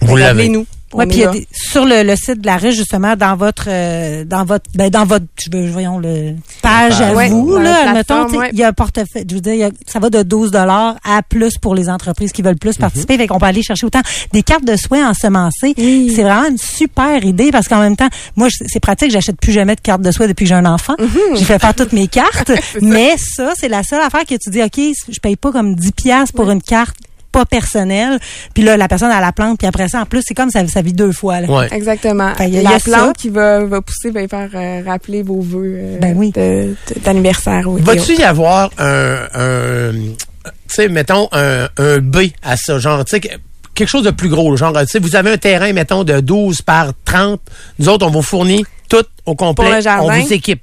c'est- Vous l'avez. nous. Ouais, puis il y a des- sur le, le site de la ruche justement dans votre euh, dans votre ben, dans votre je veux voyons le page à Ouais, vous dans la là plateforme, admettons, tu sais, ouais. il y a un portefeuille je veux dire il y a- ça va de 12 dollars à plus pour les entreprises qui veulent plus Mhm. participer fait qu'on peut aller chercher autant des cartes de soins ensemencées Oui. c'est vraiment une super idée parce qu'en même temps moi je- c'est pratique j'achète plus jamais de cartes de soins depuis que j'ai un enfant Mhm. j'ai fait faire toutes mes cartes mais ça c'est la seule affaire que tu dis OK je paye pas comme 10 pièces pour une carte pas personnelle puis là la personne à la plante puis après ça en plus c'est comme ça ça vit deux fois là. Ouais. Exactement. Fait, Ben, il y a- il y la a ça. plante qui va, va pousser va faire euh, rappeler vos vœux euh, Ben oui. de- de- d'anniversaire. ou- Va-tu y avoir un, un tu sais, mettons, un, un B à ça? Genre, tu sais, que- quelque chose de plus gros, là, genre, tu sais, vous avez un terrain, mettons, de 12 par 30, nous autres, on vous fournit tout au complet. Pour le jardin. On vous équipe.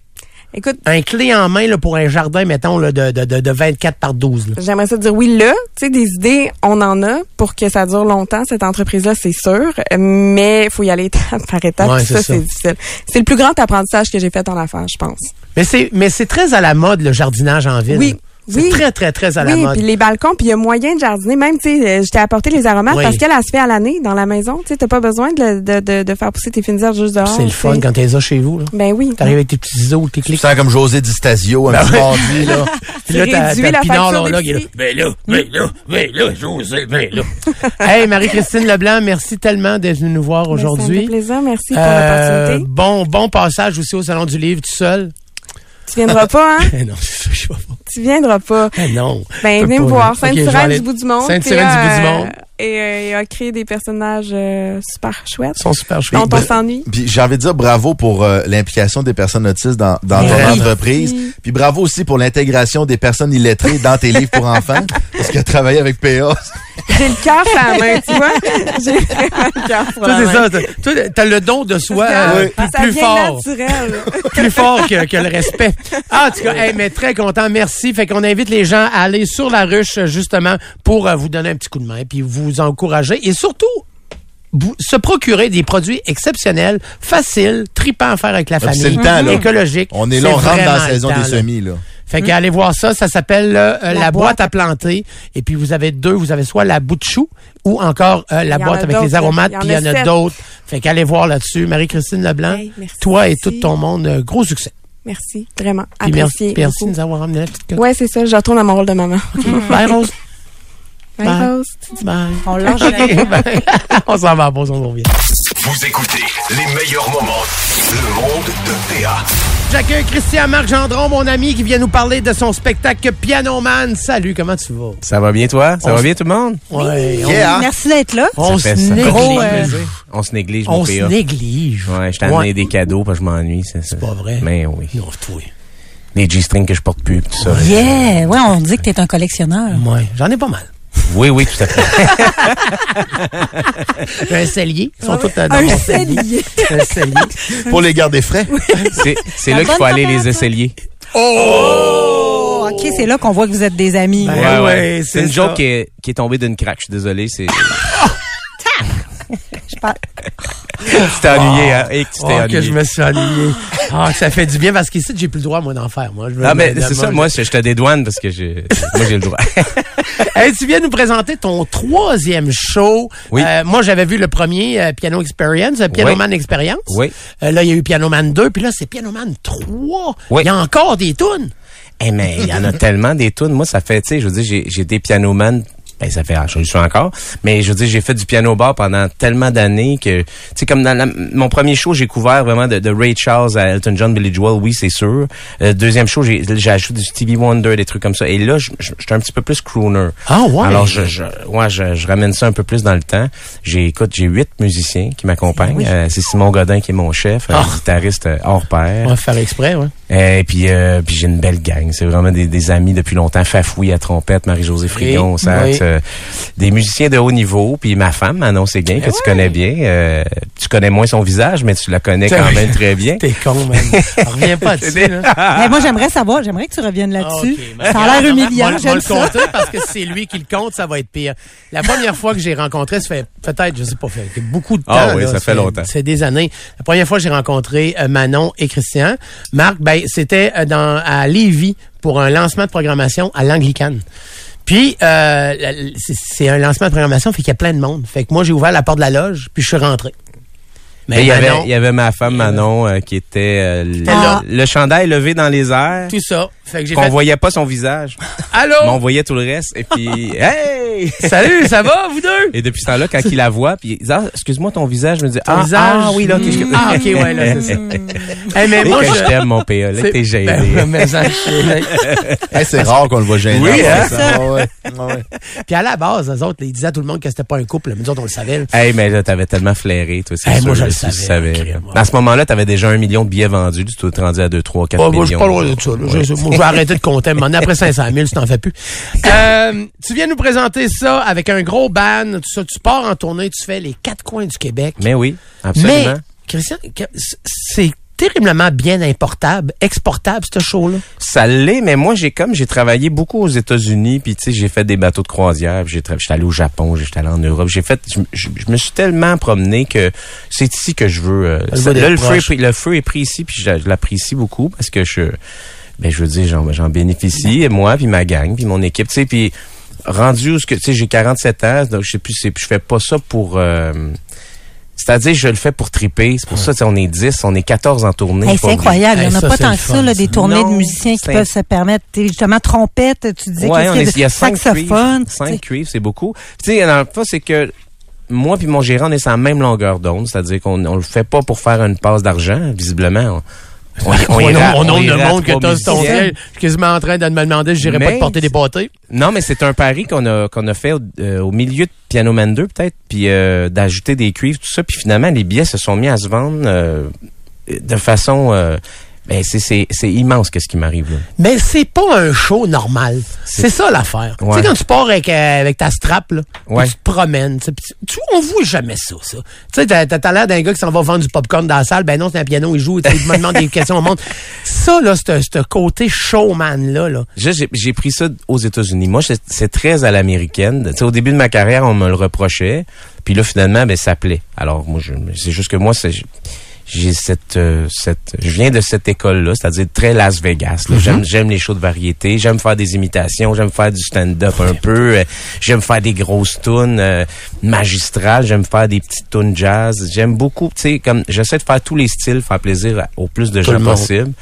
Écoute, Un clé en main là, pour un jardin, mettons, là, de, de, de, de 24 par 12. là. J'aimerais ça te dire oui là, tu sais des idées, on en a pour que ça dure longtemps cette entreprise là, c'est sûr, mais faut y aller étape par étape, Ouais, puis ça c'est ça. c'est difficile. C'est le plus grand apprentissage que j'ai fait en affaires, je pense. Mais c'est mais c'est très à la mode, le jardinage en ville. Oui, C'est oui. très, très, très à la oui, mode. puis les balcons, puis il y a moyen de jardiner. Même, tu sais, euh, je t'ai apporté les aromates Oui. parce qu'elle, elle se fait à l'année dans la maison. Tu sais, t'as pas besoin de, le- de, de, de faire pousser tes fines herbes juste dehors. C'est le tu sais. fun quand t'es là chez vous. là. Ben oui. T'arrives avec tes petits ciseaux, tes Tu clics. sens comme José Di Stasio un petit mardi, là. Puis là, Tu t'as réduis t'as la le pinard facture là, qui est là. d'épicerie. Ben là, ben là, ben là, José, ben là. hey, Marie-Christine Leblanc, merci tellement d'être venue nous voir Ben, ça me fait aujourd'hui. plaisir, merci pour Euh, l'opportunité. bon, bon passage aussi au Salon du Livre tout seul. Tu viendras pas, hein? Eh non, je suis pas bon. Tu viendras pas. Eh non. Ben, Je peux venez me pas, voir. non. Ok, je vais Sainte-Sirène aller- du bout du monde. Sainte-Sirène puis, du bout du euh, monde. Et euh, il a créé des personnages euh, super chouettes. Ils sont super chouettes. Ben, dont on s'ennuie. Puis j'ai envie de dire bravo pour euh, l'implication des personnes autistes dans, dans Oui. ton Merci. entreprise. Puis bravo aussi pour l'intégration des personnes illettrées dans tes livres pour enfants. Parce que travailler avec PA, J'ai le cœur sur la main, tu vois. J'ai vraiment le cœur sur Toi, la c'est main. ça. t'as- Toi, t'as le don de soi euh, Oui. plus, Ah, ça plus vient fort. naturel. plus fort que, que le respect. Ah, en tout cas, hey, mais très content. Merci. Fait qu'on invite les gens à aller sur la ruche, euh, justement, pour euh, vous donner un petit coup de main, puis vous encourager. Et surtout, vous- se procurer des produits exceptionnels, faciles, tripants à faire avec la Ah, puis famille, c'est le temps, là. écologiques. on est là, C'est on rentre dans vraiment la le saison temps, des là. semis, là. Fait Hmm. qu'allez voir ça, ça s'appelle euh, euh, la, boîte à planter. Et puis vous avez deux, vous avez soit la bout de chou ou encore euh, la Il y en boîte a avec les d'autres, aromates, il y en puis il y en a a sept. d'autres. Fait qu'allez voir là-dessus. Marie-Christine Leblanc, Hey, merci, toi et merci. tout ton monde, euh, gros succès. Merci, vraiment. Puis merci, Apprécié. merci de beaucoup. nous avoir amené la petite cote. Ouais, c'est ça. Je retourne à mon rôle de maman. Bye Rose. Bye, Bye. Rose. Bye. On lâche la- Bye. on s'en va, bon, on revient. Vous écoutez les meilleurs moments. Le monde de Théa. J'accueille Christian Marc Gendron, mon ami, qui vient nous parler de son spectacle Piano Man. Salut, comment tu vas? Ça va bien, toi? Ça On va s- bien, tout le monde? Ouais, on- Ah. Yeah. Merci d'être là. on se Ça fait- ça fait néglige. plaisir. On se néglige, mon On se PA. néglige. Ouais, je t'ai amené Ouais. des cadeaux parce que je m'ennuie. C'est c'est pas vrai. Mais oui. Non, toi. Les G-strings que je porte plus, tout ça. Yeah! Ouais, on dit que t'es un collectionneur. Ouais, j'en ai pas mal. Oui, oui, tout à fait. J'ai un cellier. Ils sont tous euh, dans Un mon cellier. Un cellier. Pour les garder frais. C'est- C'est La là qu'il faut bonne aller les température. essayer. Oh, OK, c'est là qu'on voit que vous êtes des amis. Ben, ouais, c'est C'est ça. une Ah! joke qui est, qui est tombée d'une craque. Je suis désolé. C'est. Je parle- tu t'es ennuyé, hein? Et que tu Oh, t'es que ennuyé. je me suis ennuyé. Ah, que ça fait du bien parce qu'ici, j'ai plus le droit, moi, d'en faire. Moi, Je veux- Non, mais la- c'est ça. Moi, je, je te dédouane parce que je, moi, j'ai le droit. Hey, tu viens nous présenter ton troisième show. Oui. Euh, moi, j'avais vu le premier euh, Piano Experience, euh, Piano Oui. Man Experience. Oui. Euh, là, il y a eu Piano Man 2, puis là, c'est Piano Man 3. Oui. Il y a encore des tunes. Eh mais il y en a tellement des tunes. Moi, ça fait, tu sais, je veux dire, j'ai- j'ai été pianoman. Ben, ça fait, je le suis encore. Mais je veux dire, j'ai fait du piano bar pendant tellement d'années que, tu sais, comme dans la- mon premier show, j'ai couvert vraiment de, de Ray Charles à Elton John, Billy Joel, oui, c'est sûr. Euh, deuxième show, j'ai j'ai ajouté du Stevie Wonder, des trucs comme ça. Et là, je- je- j'étais un petit peu plus crooner. Ah, ouais. Alors, je, je, ouais, je, je ramène ça un peu plus dans le temps. J'ai, écoute, j'ai huit musiciens qui m'accompagnent. Euh, c'est Simon Godin qui est mon chef, un Ah. guitariste euh, hors pair. On va faire exprès, ouais. Et puis, euh, puis j'ai une belle gang. C'est vraiment des, des amis depuis longtemps. Fafoui à trompette, Marie-Josée Frigon au sax. oui. euh, des musiciens de haut niveau. Puis ma femme, Manon Séguin, Eh que tu connais bien. Euh, tu connais moins son visage, mais tu la connais quand même très bien. T'es con, man. Reviens pas dessus, là. ah. Mais moi, j'aimerais savoir, j'aimerais que tu reviennes Ah, là-dessus. Ça a ben, l'air humiliant, Je vais j'aime le ça. compter parce que c'est lui qui le compte, ça va être pire. La première fois que j'ai rencontré, ça fait peut-être, je sais pas, fait beaucoup de temps. Ah oui, là, ça fait longtemps. C'est des années. La première fois que j'ai rencontré euh, Manon et Christian, Marc, ben, c'était euh, dans à Lévis pour un lancement de programmation à l'Anglicane. Puis euh, la- la- c'est- c'est un lancement de programmation, fait qu'il y a plein de monde. Fait que moi j'ai ouvert la porte de la loge, puis je suis rentré. Mais il y avait, Manon, il y avait ma femme Manon euh, qui était euh, le, là. le chandail levé dans les airs. tout ça, fait que j'ai Qu'on fait. voyait pas son visage, Allô, mais on voyait tout le reste. Et puis, hey! salut, ça va vous deux? Et depuis ce temps-là, quand il la voit, puis il dit, ah, excuse-moi ton visage, je me dis, Ton ah, visage? ah, oui, là, qu'est-ce que- Ah, ok, ouais, là, c'est ça. Eh, mais Dès moi, que je, je t'aime, mon PA, là, C'est- t'es gêné. Ben, ouais, mais ça, c'est- Hey, c'est rare qu'on le voit gênant. Oui, hein? ça. Ouais, ouais. Ouais, ouais. Puis à la base, eux autres, ils disaient à tout le monde que c'était pas un couple, mais nous autres, on le savait. là. Hey, mais là, t'avais tellement flairé, toi, c'est Hey, sûr, moi, je là, le tu savais, ok, là. ouais. À ce moment-là, t'avais déjà un million de billets vendus, tu t'es rendu à 2, 3, 4 Ah, millions. moi, je suis pas loin de ça. là. Je, Ouais. je- moi, je vais arrêter de compter. Mais après 500 000, tu t'en fais plus. Euh, tu viens nous présenter c'est ça, avec un gros ban, tout ça, tu pars en tournée, tu fais les quatre coins du Québec. Mais oui, Mais, absolument. Christian, c'est terriblement bien importable, exportable, ce show-là. Ça l'est, mais moi j'ai comme j'ai travaillé beaucoup aux États-Unis, puis tu sais j'ai fait des bateaux de croisière, puis j'ai tra- j'étais allé au Japon, j'étais allé en Europe, j'ai fait, je, je- je me suis tellement promené que c'est ici que je veux. euh, Elle ça- va là, d'être le feu, est proche. pris, le feu est pris ici, puis je, je l'apprécie beaucoup parce que je, ben je veux dire j'en, j'en bénéficie et moi puis ma gang puis mon équipe, tu sais puis rendu où ce que tu sais j'ai 47 ans, donc je sais plus, c'est, je fais pas ça pour. euh, c'est-à-dire, je le fais pour triper. C'est pour ça, tu sais, on est 10, on est 14 en tournée. Hey, faut c'est oublier. incroyable. Hey, Il n'y en a ça, pas c'est tant le que ça, fun, là, des ça. tournées Non, de musiciens qui c'est- peuvent se permettre. t'sais, Justement, trompette, tu disais Ouais, qu'est-ce on qu'il y a est- de- il y a cinq saxophone. cuivres. t'sais. Cinq cuivres, c'est beaucoup. Tu sais, dans le fond, c'est que moi puis mon gérant, on est sur la même longueur d'onde. C'est-à-dire qu'on on le fait pas pour faire une passe d'argent, visiblement. On, on, on ira- on on nomme ira le à monde que trois t'as sur ton musiciens. ciel. Je suis quasiment en train de me demander, je dirais pas de Mais- porter des pâtés. Non, mais c'est un pari qu'on a qu'on a fait au, euh, au milieu de Piano Man 2 peut-être, puis euh, d'ajouter des cuivres tout ça, puis finalement les billets se sont mis à se vendre euh, de façon euh, ben c'est c'est c'est immense qu'est-ce qui m'arrive là. Mais c'est pas un show normal. C'est ça l'affaire. Ouais. Tu sais, quand tu pars avec, euh, avec ta strap, là, puis Ouais. tu te promènes, tu sais, puis tu, tu- on voit jamais ça, ça. Tu sais, t'as t'as- t'as l'air d'un gars qui s'en va vendre du popcorn dans la salle, ben non, c'est un piano, il joue, tu sais, il me demande des questions au monde. Ça, là, c'est un- c'est un côté showman-là, là. Je- J'ai j'ai pris ça aux États-Unis. Moi, c'est- c'est très à l'américaine. Tu sais, au début de ma carrière, on me le reprochait. Puis là, finalement, ben, ça plaît. Alors, moi, je- c'est juste que moi, c'est- j'ai cette, euh, cette, je viens de cette école-là, c'est-à-dire très Las Vegas. là. Mm-hmm. J'aime, j'aime les shows de variété, j'aime faire des imitations, j'aime faire du stand-up un peu, euh, j'aime faire des grosses tunes euh, magistrales, j'aime faire des petites tunes jazz. J'aime beaucoup, tu sais, comme j'essaie de faire tous les styles, faire plaisir à- au plus de Tout le gens monde. possible.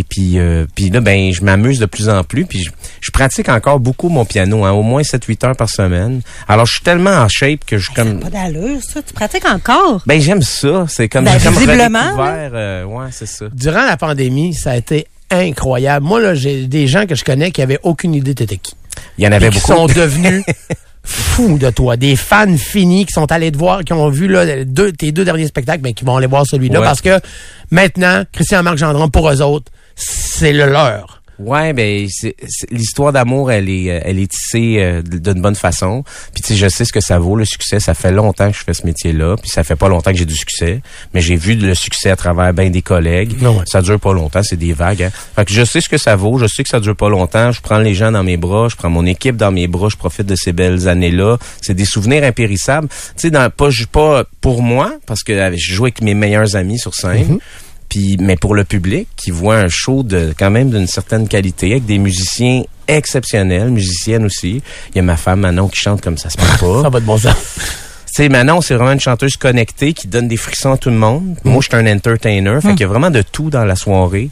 Et puis, euh, puis là, ben, je m'amuse de plus en plus. Puis je, je pratique encore beaucoup mon piano, hein, au moins 7-8 heures par semaine. Alors, je suis tellement en shape que je comme. Pas d'allure, Ah, ça. Tu pratiques encore. Ben, j'aime ça. C'est comme. Ben, j'ai comme visiblement, redécouvert, euh, ouais, c'est ça. Durant la pandémie, ça a été incroyable. Moi, là, j'ai des gens que je connais qui avaient aucune idée de qui. Il y en avait Puis qui beaucoup. sont devenus fous de toi. Des fans finis qui sont allés te voir, qui ont vu là, les deux, tes deux derniers spectacles, mais qui vont aller voir celui-là Ouais. parce que maintenant, Christian-Marc Gendron, pour eux autres, c'est le leur. Ouais, ben c'est- c'est- l'histoire d'amour, elle est, euh, elle est tissée euh, d- d'une bonne façon. Puis tu sais, je sais ce que ça vaut le succès. Ça fait longtemps que je fais ce métier-là, puis ça fait pas longtemps que j'ai du succès, mais j'ai vu le succès à travers ben des collègues. Ah ouais. Ça dure pas longtemps, c'est des vagues. Hein. Fait que je sais ce que ça vaut. Je sais que ça dure pas longtemps. Je prends les gens dans mes bras, je prends mon équipe dans mes bras, je profite de ces belles années-là. C'est des souvenirs impérissables. Tu sais, dans pas ju- pas pour moi parce que euh, je joue avec mes meilleurs amis sur scène. Mm-hmm. Puis, mais pour le public qui voit un show de quand même d'une certaine qualité avec des musiciens exceptionnels, musiciennes aussi. Il y a ma femme Manon qui chante comme ça se passe Ça pas. va de bon sens. tu sais, Manon, c'est vraiment une chanteuse connectée qui donne des frissons à tout le monde. Moi, je suis un entertainer, Mm. fait qu'il y a vraiment de tout dans la soirée.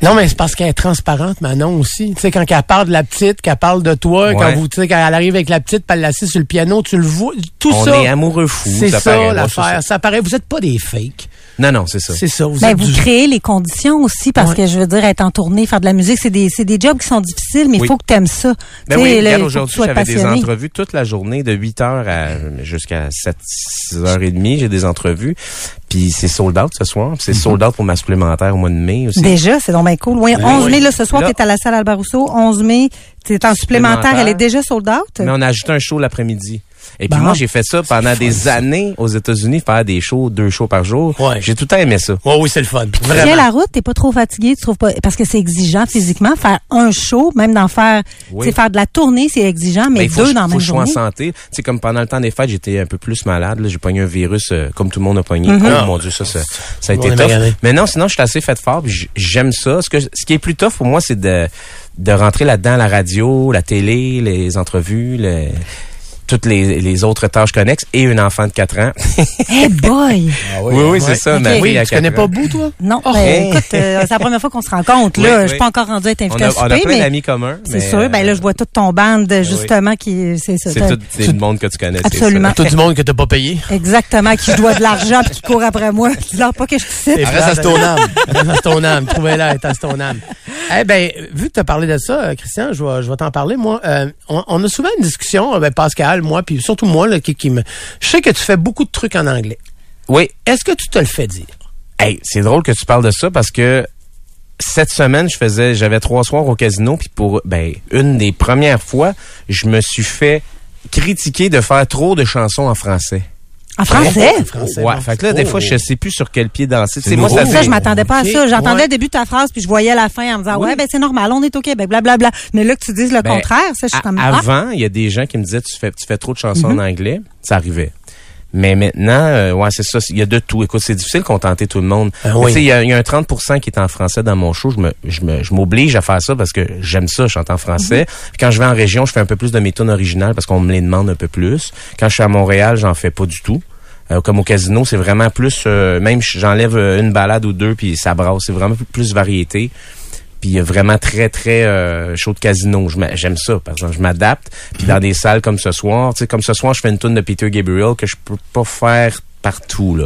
Non, mais c'est parce qu'elle est transparente, Manon, aussi. Tu sais, quand elle parle de la petite, qu'elle parle de toi, Ouais. quand vous, tu sais, quand elle arrive avec la petite, puis elle l'assise sur le piano, tu le vois, tout On ça. est amoureux fou. C'est ça, paraît, ouais, l'affaire. c'est Ça paraît, vous êtes pas des fakes. ça. Non, non, c'est ça. C'est ça, vous Ben, êtes vous du- créez les conditions aussi parce Ouais. que je veux dire être en tournée, faire de la musique, c'est des c'est des jobs qui sont difficiles mais il Oui. faut que tu aimes ça. Tu Ben sais, oui, là, il regarde, faut que aujourd'hui, tu sois j'avais des passionné. entrevues toute la journée, de 8 h à, jusqu'à 7, 6 h et demie, j'ai des entrevues. Puis c'est sold out ce soir. puis C'est sold out pour ma supplémentaire au mois de mai aussi. Déjà, c'est donc bien cool. Oui, 11 mai, là, ce soir, Ben Là- tu es à la salle Albert Rousseau. 11 mai, tu es en supplémentaire. Supplémentaire. Elle est déjà sold out. Mais on a ajouté un show l'après-midi. Et puis Bon. moi, j'ai fait ça pendant des années aux États-Unis, faire des shows, deux shows par jour. Ouais. J'ai tout le temps aimé ça. Ouais, oui, c'est le fun. Tu tiens Vraiment. la route, t'es pas trop fatigué, tu trouves pas parce que c'est exigeant physiquement faire un show, même d'en faire, Oui. tu sais, faire de la tournée, c'est exigeant, mais Ben, il faut, deux que- dans la faut même que je sois en journée. santé. Tu sais, comme pendant le temps des fêtes, j'étais un peu plus malade. là. J'ai pogné un virus euh, comme tout le monde a pogné. Mm-hmm. Oh mon Dieu, ça, ça, ça a On été est tough. magané. Mais non, sinon, je suis assez fait fort. puis j- J'aime ça. Ce, que, ce qui est plus tough pour moi, c'est de, de rentrer là-dedans, la radio, la télé, les entrevues, le- toutes les, les autres tâches connexes et un enfant de 4 ans. Hey boy! Ah oui, oui, c'est ça. Ok. ma fille Oui, à tu connais quatre ans. pas Bou, toi? Non, Oh, ben, hey. écoute, euh, c'est la première fois qu'on se rencontre. Oui, Là, oui. je suis pas encore rendu à être On invité a, à on a souper, plein mais d'amis communs. c'est mais, euh, sûr. Ben là, je vois toute ton band justement qui, c'est ça. C'est t'as- tout c'est le monde que tu connais. c'est ça. Absolument. Tout du monde que t'as pas payé. Exactement, qui doit de l'argent puis qui court après moi. Dis-leur pas que je te cite. Reste à ton âme. Tasse ton âme. Trouvez-la, tasse ton âme. Eh ben, vu que tu as parlé de ça, euh, Christian, je vais, je vais t'en parler, moi. Euh, on, on a souvent une discussion, euh, ben, Pascal, moi, puis surtout moi, là, qui, qui me... Je sais que tu fais beaucoup de trucs en anglais. Oui. Est-ce que tu te le fais dire? Hey, c'est drôle que tu parles de ça parce que cette semaine, je faisais, j'avais trois soirs au casino, puis pour ben une des premières fois, je me suis fait critiqué de faire trop de chansons en français. En français? Français, ouais, bon. fait que là, des Oh. fois, je sais plus sur quel pied danser. Tu C'est sais, moi, nouveau. ça Ça, fait... je m'attendais pas à Ok, ça. J'entendais ouais. le début de ta phrase, puis je voyais la fin en me disant, ouais, ben c'est normal, on est au Québec, blablabla. Mais là, que tu dises le Ben, contraire, ça, je suis a- comme... ah. Mm-hmm. Avant, il y a des gens qui me disaient, tu fais, tu fais trop de chansons en anglais. Ça arrivait. Mais maintenant, euh, ouais, c'est ça. Il y a de tout. Écoute, c'est difficile de contenter tout le monde. Ben Mais oui. tu sais, Il y, a- il y a un 30 qui est en français dans mon show. Je me- je me- je m'oblige à faire ça parce que j'aime ça, je chante en français. Mm-hmm. Puis Quand je vais en région, je fais un peu plus de mes tunes originales parce qu'on me les demande un peu plus. Quand je suis à Montréal, j'en fais pas du tout. Euh, comme au casino, c'est vraiment plus... euh, même ch- j'enlève euh, une balade ou deux, puis ça brasse. C'est vraiment plus variété. Puis il y a vraiment très, très euh, chaud de casino. Je m'a- J'aime ça, par exemple. Je m'adapte. Puis dans des salles comme ce soir, tu sais, comme ce soir, je fais une tune de Peter Gabriel que je peux pas faire partout, là.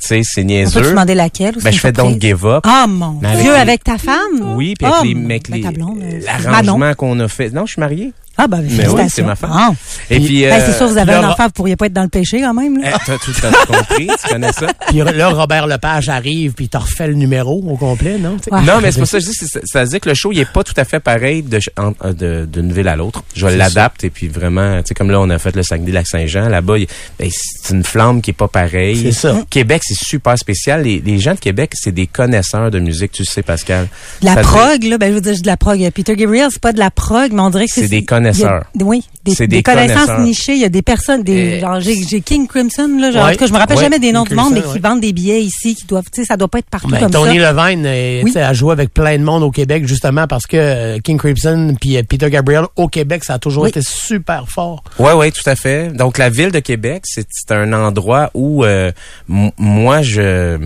Tu sais, c'est On peut niaiseux. demander laquelle? ou Ben, c'est je fais une surprise? Don't Give Up. Ah, mon Mais avec Dieu, les- avec ta femme? Oui, puis avec Ah, les, mon- avec les- ta blonde, euh, Manon. l'arrangement qu'on a fait. Non, je suis marié. Ah, ben, Mais oui, c'est félicitations. ma femme. Ah. Et puis, Ben, euh, c'est sûr, vous avez puis un Laura- enfant, vous pourriez pas être dans le péché, quand même, là. eh, t'as tout à fait compris, tu connais ça. Puis là, Robert Lepage arrive, puis t'en refait le numéro au complet, non? Tu sais? Ouais. Non, mais c'est pour ça que je dis, c'est- c'est- ça veut dire que le show, il est pas tout à fait pareil de ch- en- euh, de- d'une ville à l'autre. Je l'adapte et puis vraiment, tu sais, comme là, on a fait le Saguenay-Lac-Saint-Jean, là-bas, il- ben, c'est une flamme qui est pas pareille. C'est ça. Québec, c'est super spécial. Les, les gens de Québec, c'est des connaisseurs de musique, tu le sais, Pascal. De La Ça veut dire- prog, là, ben, je veux dire, je dis de la prog. Peter Gabriel, c'est pas de la prog, mais on dirait que c'est... C'est des il y a- connaisseurs. oui, des, C'est des des connaissances connaisseurs. nichées. Il y a des personnes, des, Euh, genre, j'ai j'ai King Crimson, là, genre, Ouais, en tout cas, je me rappelle ouais, jamais des noms King du monde, mais Crimson, qui ouais. vendent des billets ici, qui doivent, tu sais, ça doit pas être partout Ben, comme Tony ça. Levine euh, Oui. tu sais, a joué avec plein de monde au Québec, justement, parce que euh, King Crimson puis euh, Peter Gabriel au Québec, ça a toujours Oui. été super fort. Oui, oui, tout à fait. Donc, la ville de Québec, c'est c'est un endroit où euh, m- moi, je,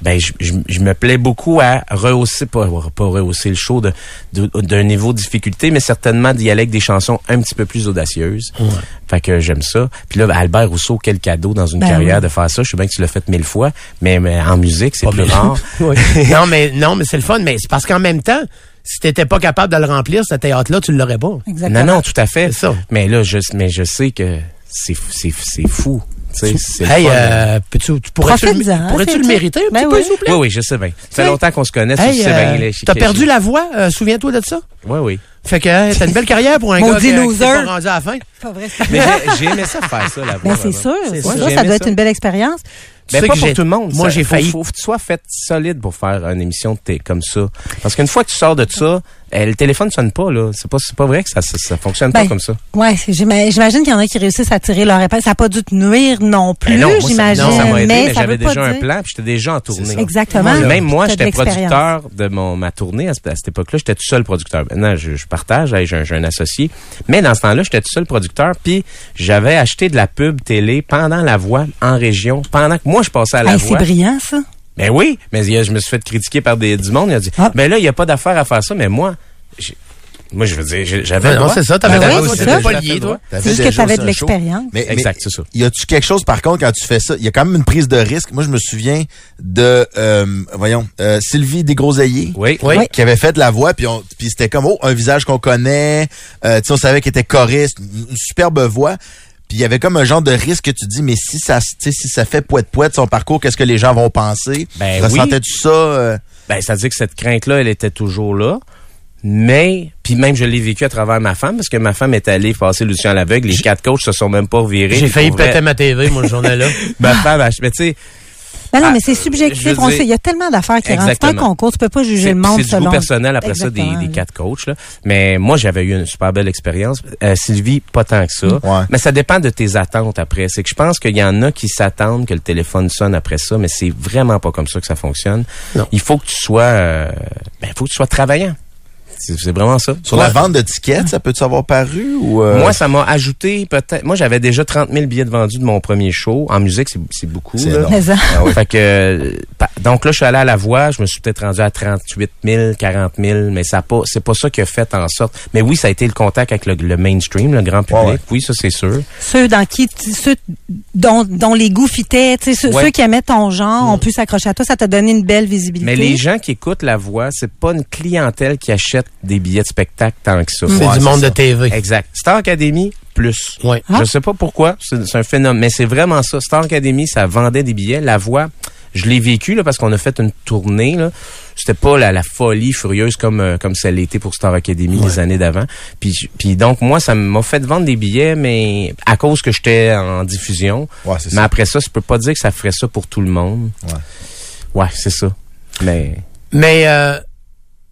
ben, je, je, je me plais beaucoup à rehausser, pas, pas rehausser le show de- de- d'un niveau de difficulté, mais certainement d'y aller avec des chansons un petit peu plus audacieuses. Fait que j'aime ça. Puis là, Albert Rousseau, quel cadeau dans une Ben carrière oui. de faire ça. Je sais bien que tu l'as fait mille fois, mais, mais en musique, c'est Pas plus bien. rare. Oui. Hein? non, mais, non, mais c'est le fun, mais c'est parce qu'en même temps, si t'étais pas capable de le remplir, ce théâtre-là, tu l'aurais pas. Exactement. Non, non, tout à fait. C'est ça. Mais là, je, mais je sais que c'est fou. C'est c'est fou. Tu sais, c'est le Hey, fun. hein. euh, peux-tu, tu pourrais-tu, le- Profites-en, pourrais-tu c'est- le mériter un Ben petit peu, oui. s'il vous plaît? Oui, oui, je sais bien. Ça Hey. fait longtemps qu'on se connaît. ça, je Hey, sais bien, euh, il est- t'as il est- perdu la voix, euh, souviens-toi de ça? Oui, oui. Fait que euh, t'as une belle carrière pour un gars Maudit qui, euh, qui loser. s'est pas rendu à la fin. Pas vrai. Mais j'ai- j'ai aimé ça faire ça, la voix. Ben, c'est vraiment. sûr, C'est c'est sûr, sûr, j'ai ça aimé doit être ça. une belle expérience. Mais sais Ben, pas que pour j'ai- tout le monde. Moi, Ça, j'ai faut- failli. Faut, faut que tu sois fait solide pour faire une émission de thé comme ça. Parce qu'une fois que tu sors de ça, eh, le téléphone sonne pas, là. C'est pas, c'est pas vrai que ça, ça, ça fonctionne pas Ben, comme ça. Ouais, c'est- j'ima- j'imagine qu'il y en a qui réussissent à tirer leur épingle. Ça n'a pas dû te nuire non plus, Ben non, moi, ça- j'imagine. non, ça m'a aidé, mais, ça j'avais veut pas déjà un dire- plan, puis j'étais déjà en tournée. Exactement. Même T'as moi, de j'étais l'expérience. producteur de mon ma tournée à, ce- à cette époque-là. J'étais tout seul producteur. Maintenant, je, je partage, hey, j'ai un, j'ai un associé. Mais dans ce temps-là, j'étais tout seul producteur. Puis j'avais acheté de la pub télé pendant la voix en région, pendant que moi je passais à la Hey, c'est voix. brillant, ça. Mais oui, mais il y a- je me suis fait critiquer par des, du monde. Il a dit, Ah. ben là, il n'y a pas d'affaire à faire ça. Mais moi, j'ai- moi, je veux dire, j'ai- j'avais. Ben le non, droit. c'est ça, t'avais J'avais le le droit, droit, c'est j'avais pas le lié, droit. toi. T'avais C'est juste déjà que t'avais aussi de un show. l'expérience. Mais- Exact, mais c'est ça. Y a-tu quelque chose, par contre, quand tu fais ça? Y a quand même une prise de risque. Moi, je me souviens de, euh, voyons, euh, Sylvie Desgroseilliers. Oui. Oui. Qui avait fait de la voix, puis on- puis c'était comme, oh, un visage qu'on connaît. Euh, tu sais, on savait qu'elle était choriste. Une une superbe voix. Puis il y avait comme un genre de risque que tu dis, mais si ça, se- tu sais, si ça fait poète-poète son parcours, qu'est-ce que les gens vont penser? Ben oui. Ressentais-tu ça? euh, Ben, ça veut dire que cette crainte-là, elle était toujours là. Mais, puis même, je l'ai vécu à travers ma femme, parce que ma femme est allée passer Lucien à l'aveugle. Les quatre coachs se sont même pas revirés. J'ai Puis failli pour vrai, péter ma TV, moi, le journée-là. Ma femme, elle- mais tu sais, Ben non, Ah, mais c'est je veux subjectif. dire- On sait, il y a tellement d'affaires qui rentrent. C'est un Exactement. concours. Tu peux pas juger c'est le monde c'est du selon. goût personnel après ça des, Exactement, des là. quatre coachs. Là. Mais moi, j'avais eu une super belle expérience. Euh, Sylvie, pas tant que ça. Ouais. Mais ça dépend de tes attentes après. C'est que je pense qu'il y en a qui s'attendent que le téléphone sonne après ça, mais c'est vraiment pas comme ça que ça fonctionne. Non. Il faut que tu sois, euh, ben, il faut que tu sois travaillant. C'est c'est vraiment ça. Sur la vente de tickets, ça peut-tu avoir paru ou euh, Moi, ça m'a ajouté peut-être. Moi, j'avais déjà 30 000 billets de vendus de mon premier show. En musique, c'est- c'est beaucoup. C'est là. énorme. Mais ça- Ah oui. Fait que, euh, pa- donc là, je suis allé à la voix, je me suis peut-être rendu à 38 000, 40 000, mais ça a pas, c'est pas ça qui a fait en sorte. Mais oui, ça a été le contact avec le, le mainstream, le grand public. Ouais, ouais. Oui, ça, c'est sûr. Ceux dans qui, tu- ceux dont, dont les goûts fitaient, tu sais, ceux, Ouais. Mm. ceux qui aimaient ton genre, ont pu s'accrocher à toi. Ça t'a donné une belle visibilité. Mais les gens qui écoutent la voix, c'est pas une clientèle qui achète des billets de spectacle tant que ça. C'est Ouais, du monde ça. de TV. Exact. Star Academy, plus. Ouais. Ah. Je sais pas pourquoi, c'est c'est un phénomène, mais c'est vraiment ça. Star Academy, ça vendait des billets. La voix, je l'ai vécu là, parce qu'on a fait une tournée. Là. C'était pas la, la folie furieuse comme euh, comme ça l'était pour Star Academy les années d'avant. Puis, je- puis donc, moi, ça m'a fait vendre des billets, mais à cause que j'étais en diffusion. Ouais, c'est mais ça. après ça, je peux pas dire que ça ferait ça pour tout le monde. Ouais, c'est ça. Mais... Mais euh,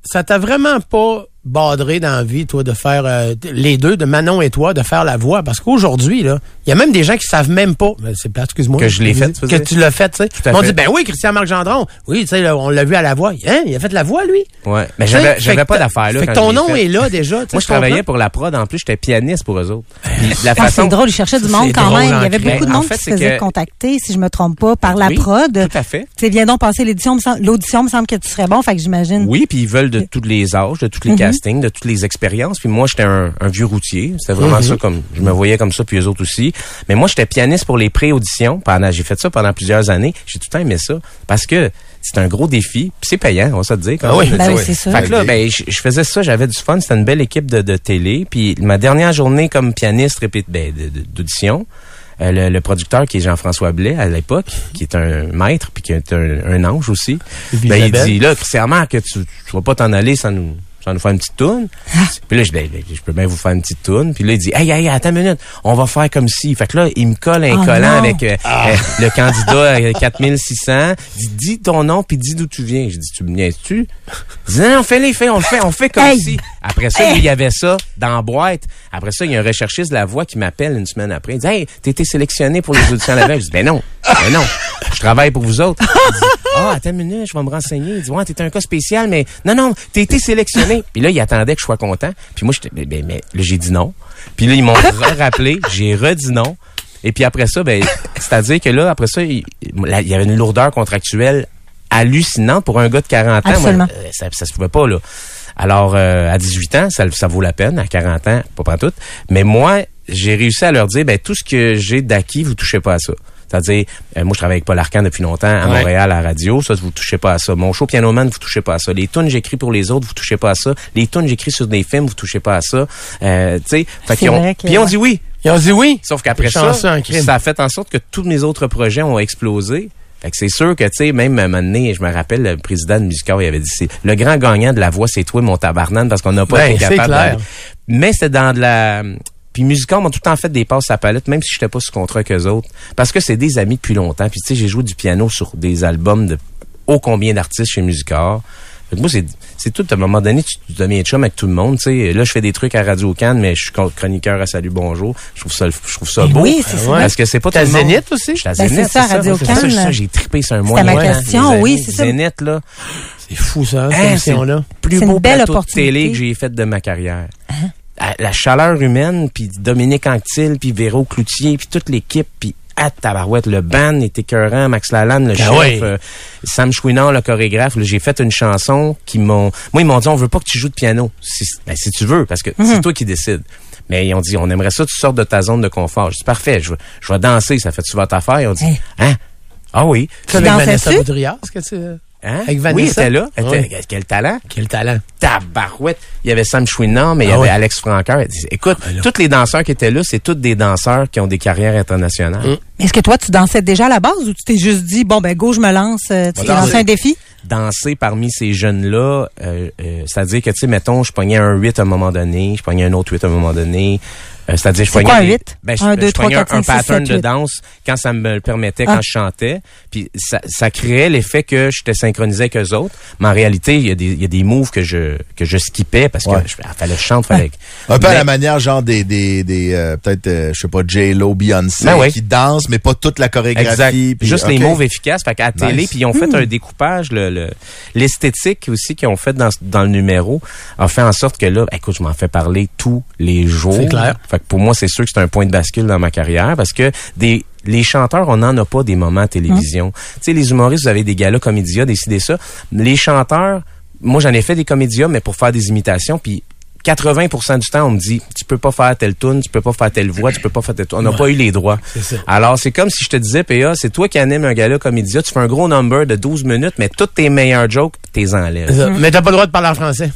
ça t'a vraiment pas badré dans la vie, toi, de faire euh, t- les deux, de Manon et toi, de faire la voix. Parce qu'aujourd'hui, là, il y a même des gens qui savent même pas. mais c'est plat, excuse-moi. Que je l'ai faite, tu veux Que dire? tu l'as faite, tu sais. à On fait. dit, ben oui, Christian Marc Gendron. Oui, tu sais, là, on l'a vu à la voix. Hein, il a fait la voix, lui. Ouais. Mais Tu sais, j'avais, fait j'avais que pas t'as- d'affaire, là. Fait que quand ton je l'ai nom fait. est là, déjà. tu sais, Moi, je tu comprends? travaillais pour la prod. En plus, j'étais pianiste pour eux autres. Puis la Ah, façon. c'est drôle, ils cherchaient du Ça, monde c'est quand drôle, même. Il y en avait crise. beaucoup de Ben, en monde fait, qui se c'est faisait que- contacter, si je me trompe pas, par la Oui, prod. tout à fait. Tu sais, viens donc passer l'édition. me semble- L'audition, me semble que tu serais bon, fait que j'imagine. Oui, puis ils veulent de tous les âges, de Mhm. tous les castings, de toutes les expériences. Puis moi, j'étais un, un vieux routier. C'était vraiment Mhm. ça comme je me voyais comme ça, puis eux autres aussi. Mais moi, j'étais pianiste pour les pré-auditions. Pendant, j'ai fait ça pendant plusieurs années. J'ai tout le temps aimé ça parce que c'est un gros défi. Puis c'est payant, on va se le dire. quand Ah oui. même. Ben oui, c'est sûr. Fait que là, ben, je, je faisais ça, j'avais du fun, c'était une belle équipe de, de télé. Puis ma dernière journée comme pianiste répète ben, de- de- d'audition, euh, le, le producteur qui est Jean-François Blais à l'époque, qui est un maître puis qui est un, un ange aussi, Et puis ben, il Isabelle. dit là, clairement que tu, tu vas pas t'en aller sans nous sans nous faire une petite toune. Ah. Puis là, je dis, Ben, ben, je peux bien vous faire une petite toune. Puis là, il dit, hey, hey, attends une minute, on va faire comme si. Fait que là, il me colle un Oh collant non. avec euh, euh, le candidat à 4600. Il dit, dis ton nom, puis dis d'où tu viens. Je dis, tu me viens-tu? Il dit, non, non, fais-les, fais, on le fait, on le fait comme Hey. si. Après ça, lui, il y avait ça dans la boîte. Après ça, il y a un recherchiste de la voix qui m'appelle une semaine après. Il dit, hey, t'as été sélectionné pour les auditions à la veille. Je dis, ben non, ben non, je travaille pour vous autres. Il dit, ah, attends une minute, je vais me renseigner. Il dit, ouais, t'es un cas spécial, mais non, non, t'as été sélectionné. Puis là, il attendait que je sois content. Puis moi, j'étais, ben, ben, mais là, j'ai dit non. Puis là, ils m'ont rappelé, j'ai redit non. Et puis après ça, ben, c'est-à-dire que là, après ça, il là, il y avait une lourdeur contractuelle hallucinante pour un gars de 40 ans. Absolument. Moi, euh, ça, ça se pouvait pas, là. Alors, euh, à 18 ans, ça, ça vaut la peine. À 40 ans, pas tout. Mais moi, j'ai réussi à leur dire, ben, tout ce que j'ai d'acquis, vous touchez pas à ça. C'est-à-dire, euh, moi, je travaille avec Paul Arcan depuis longtemps, à Ouais. Montréal, à la radio, ça, vous touchez pas à ça. Mon show Pianoman, vous touchez pas à ça. Les tunes j'écris pour les autres, vous touchez pas à ça. Les tunes j'écris sur des films, vous touchez pas à ça. Euh, tu sais, fait C'est qu'ils ont- vrai que- puis ils ont dit oui. Ils ont dit oui. Sauf qu'après ça, Chanceux en crime. ça a fait en sorte que tous mes autres projets ont explosé. Fait que c'est sûr que, tu sais, même à un moment donné, je me rappelle, le président de Musicor, il avait dit, c'est- le grand gagnant de la voix, c'est toi, mon tabarnane, parce qu'on n'a pas Ben, été c'est capable. clair. d'aller. Mais c'était dans de la... Puis Musicor m'a tout le temps fait des passes à palette, même si j'étais pas sous contrat qu'eux autres. Parce que c'est des amis depuis longtemps. Puis, tu sais, j'ai joué du piano sur des albums de ô combien d'artistes chez Musicor. Fait que moi, c'est, c'est tout. À un moment donné, tu, tu deviens chum avec tout le monde. tu sais. Là, je fais des trucs à Radio Cannes, mais je suis con- chroniqueur à Salut Bonjour. Je trouve ça, le- je trouve ça beau. Oui, c'est ça. Eh Ouais. Parce que Eh c'est pas tout T'as le monde. Zénith aussi? Je suis à Ben, Zénith, c'est ça, Radio C'est pour ça, que je- Cannes. ça, j'ai trippé sur un mois. C'était ma et demi, question, les amis. oui, c'est ça. Zénith, là. C'est fou, ça, hein, cette Hein, c'est émission-là. le plus C'est une beau belle plateau de opportunité. télé que j'ai fait de ma carrière. Ah, La chaleur humaine, puis Dominique Anctil, puis Véro Cloutier, puis toute l'équipe, puis à tabarouette, le band est écœurant, Max Lalanne, le chef, ouais. euh, Sam Chouinard, le chorégraphe. là, J'ai fait une chanson qui m'ont... Moi, ils m'ont dit, on veut pas que tu joues de piano. Si, ben, si tu veux, parce que c'est toi qui décides. Mais ils ont dit, on aimerait ça, que tu sortes de ta zone de confort. Je dis, parfait, je, vais- je vais danser, ça fait-tu votre affaire? Ils ont dit, Hey. hein? Ah oui. Tu avec dansais-tu? Vanessa Boudrias, ce que tu... Hein? Avec Oui, elle Vanessa? était là. Elle était- Ouais. Quel talent Quel talent. tabarouette. Il y avait Sam Chouinard, mais il y Ah avait ouais. Alex Franqueur. Écoute, Ah, tous les danseurs qui étaient là, c'est tous des danseurs qui ont des carrières internationales. Mais Est-ce que toi, tu dansais déjà à la base ou tu t'es juste dit, bon, ben, go, je me lance, euh, tu t'es danser. lancé un défi? Danser parmi ces jeunes-là, euh, euh, c'est-à-dire que, tu sais, mettons, je pognais un 8 à un moment donné, je pognais un autre 8 à un moment donné. Euh, c'est-à-dire, je C'est pognais quoi un des- 8? Ben, je, Un, je deux, trois, pognais un- quatre, un cinq, six, pattern sept, de huit. danse quand ça me le permettait, Ah. quand je chantais. Puis ça, ça créait l'effet que j'étais synchronisé avec eux autres. Mais en réalité, il y a des, il y a des moves que je, que je skippais parce que Ouais. je, ah, fallait que je chante, fallait... Un peu à la Mais- manière genre des des des euh, peut-être euh, je sais pas J-Lo, Beyoncé Ben oui. qui danse mais pas toute la Exact. chorégraphie puis- Juste les ok. moves efficaces. Fait qu'à la télé, Nice. puis ils ont fait Hmm. un découpage, le- le- l'esthétique aussi qu'ils ont fait dans, ce- dans le numéro a fait en sorte que là, ben, écoute, je m'en fais parler tous les jours. C'est clair. Fait que pour moi, c'est sûr que c'est un point de bascule dans ma carrière parce que des les chanteurs, on n'en a pas des moments à télévision. Hmm. Tu sais, les humoristes, vous avez des galas comédia, décidez ça. Les chanteurs, moi, j'en ai fait des comédias, mais pour faire des imitations, puis 80% du temps, on me dit, tu peux pas faire telle tune, tu peux pas faire telle voix, tu peux pas faire telle tune. On n'a pas eu les droits. ça. Alors, c'est comme si je te disais, PA, c'est toi qui anime un gala comédia, tu fais un gros number de 12 minutes, mais toutes tes meilleurs jokes, t'es enlèves. Euh, Mais t'as pas le droit de parler en français.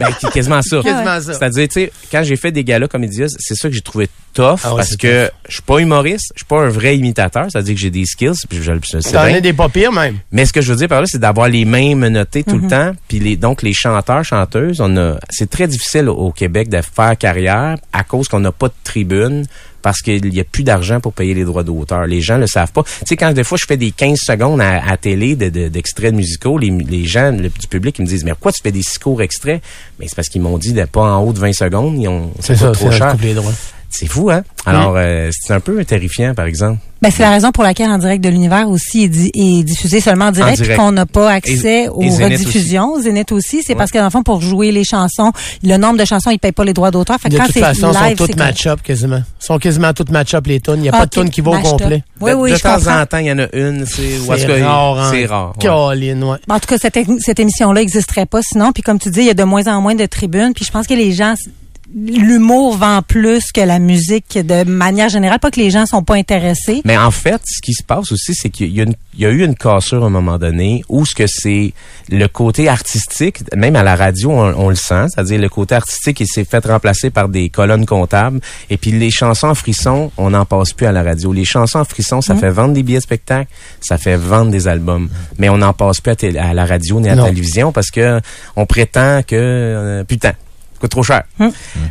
ben, qui est quasiment ça. Quasiment ça. C'est-à-dire, tu sais, quand j'ai fait des galas comédiens, c'est ça que j'ai trouvé tough Ah ouais, parce c'est que je suis pas humoriste, je suis pas un vrai imitateur, c'est-à-dire que j'ai des skills, puis je le je le sais T'en bien. as des pas pires, même. Mais ce que je veux dire par là, c'est d'avoir les mêmes notés tout Mhm. le temps. Puis les, donc, les chanteurs, chanteuses, on a, c'est très difficile au- au Québec de faire carrière à cause qu'on n'a pas de tribune parce qu'il n'y a plus d'argent pour payer les droits d'auteur. Les gens le savent pas. Tu sais, quand des fois, je fais des 15 secondes à, à télé de- de- d'extraits de musicaux, les, les gens le- du public, ils me disent, mais pourquoi tu fais des six courts extraits? Mais c'est parce qu'ils m'ont dit de pas en haut de 20 secondes. Ils ont, C'est ça coûte ça, trop c'est ça, cher. coupe les droits. Mm. C'est fou, hein? Alors, euh, c'est un peu terrifiant, par exemple. Ben, c'est la raison pour laquelle En direct de l'univers aussi est, di- est diffusé seulement en direct, puis direct. qu'on n'a pas accès Et- aux et Zénith rediffusions. Zénith aussi, c'est parce que dans le fond, pour jouer les chansons, le nombre de chansons, ils ne payent pas les droits d'auteur. Fait que De quand toute c'est façon, live, sont c'est toutes comme- match-up quasiment. sont quasiment toutes match-up les tunes. Il n'y a Ah, pas de ok, tune qui va au mashed up. complet. Oui, de oui, de je temps comprends. en temps, il y en a une, c'est, ou en tout C'est cas, rare, hein? c'est rare. ouais. Colin, ouais. En tout cas, cette, é- cette émission-là n'existerait pas sinon. Puis comme tu dis, il y a de moins en moins de tribunes. Puis je pense que les gens, l'humour vend plus que la musique de manière générale. Pas que les gens sont pas intéressés. Mais en fait, ce qui se passe aussi, c'est qu'il y, a une- il y a eu une cassure à un moment donné où ce que c'est le côté artistique, même à la radio, on, on le sent, c'est-à-dire le côté artistique, il s'est fait remplacer par des colonnes comptables. Et puis les chansons en frisson, on n'en passe plus à la radio. Les chansons en frisson, ça fait vendre des billets de spectacle, ça fait vendre des albums. Mais on n'en passe plus à, tél- à la radio ni à la Non. télévision parce que on prétend que, euh, putain, ça coûte trop cher. Mmh.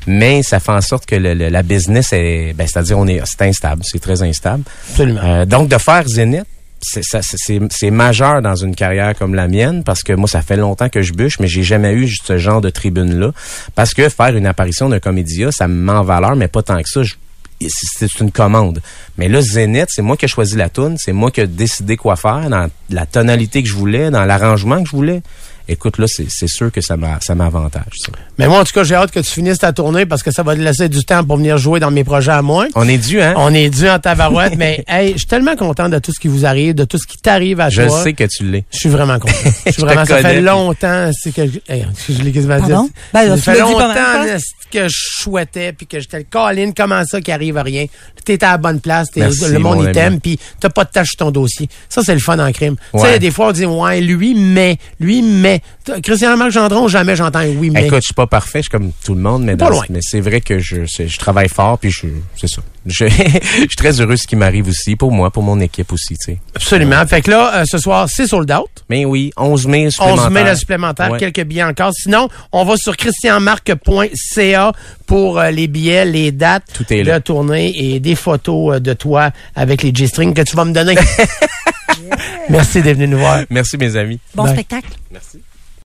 Mais ça fait en sorte que le- le- la business est, ben, c'est-à-dire on est, c'est instable, c'est très instable. Absolument. Euh, donc, de faire Zénith, c'est, ça- c'est- c'est- c'est majeur dans une carrière comme la mienne parce que moi, ça fait longtemps que je bûche, mais j'ai jamais eu ce genre de tribune-là. Parce que faire une apparition d'un comédia, ça me met en valeur, mais pas tant que ça. Je- c'est c'est une commande. Mais là, Zénith, c'est moi qui ai choisi la toune, c'est moi qui ai décidé quoi faire dans la tonalité que je voulais, dans l'arrangement que je voulais. Écoute, là, c'est, c'est sûr que ça, m'a, ça m'avantage. ça. Mais moi, en tout cas, j'ai hâte que tu finisses ta tournée parce que ça va te laisser du temps pour venir jouer dans mes projets à moi. On est dû, hein? On est dû en tabarouette, mais hey, je suis tellement content de tout ce qui vous arrive, de tout ce qui t'arrive à je toi. sais que tu l'es. Je suis vraiment content. Je suis Je te vraiment, ça connais, fait puis- longtemps, c'est que, hey, je l'ai quasiment dit. Pardon? Ben, ça tu fait l'as dit longtemps pas mal, hein? est-ce que je souhaitais puis que j'étais le Colin, comment ça qu'il arrive à rien? T'es à la bonne place, t'es- Merci, le monde mon il ami. t'aime puis t'as pas de tâche sur ton dossier. Ça, c'est le fun en crime. Tu sais, Ouais. des fois, on dit, ouais, lui, mais, lui, mais. T'as- Christian-Marc Gendron, jamais j'entends un oui, mais. Écoute, je suis pas parfait, je suis comme tout le monde, mais, Pas dans- loin. mais c'est vrai que je, c'est- je travaille fort, puis je, c'est ça. Je, je suis très heureux de ce qui m'arrive aussi, pour moi, pour mon équipe aussi, tu sais. Absolument. Fait que là, euh, ce soir, c'est sold out. Mais oui, 11 mai supplémentaires. 11 mai le supplémentaire, Ouais. quelques billets encore. Sinon, on va sur christianmarc.ca pour euh, les billets, les dates Tout est de là. tournée et des photos euh, de toi avec les G-strings que tu vas me donner. Merci d'être venu nous voir. Merci, mes amis. Bon Ben. spectacle. Merci.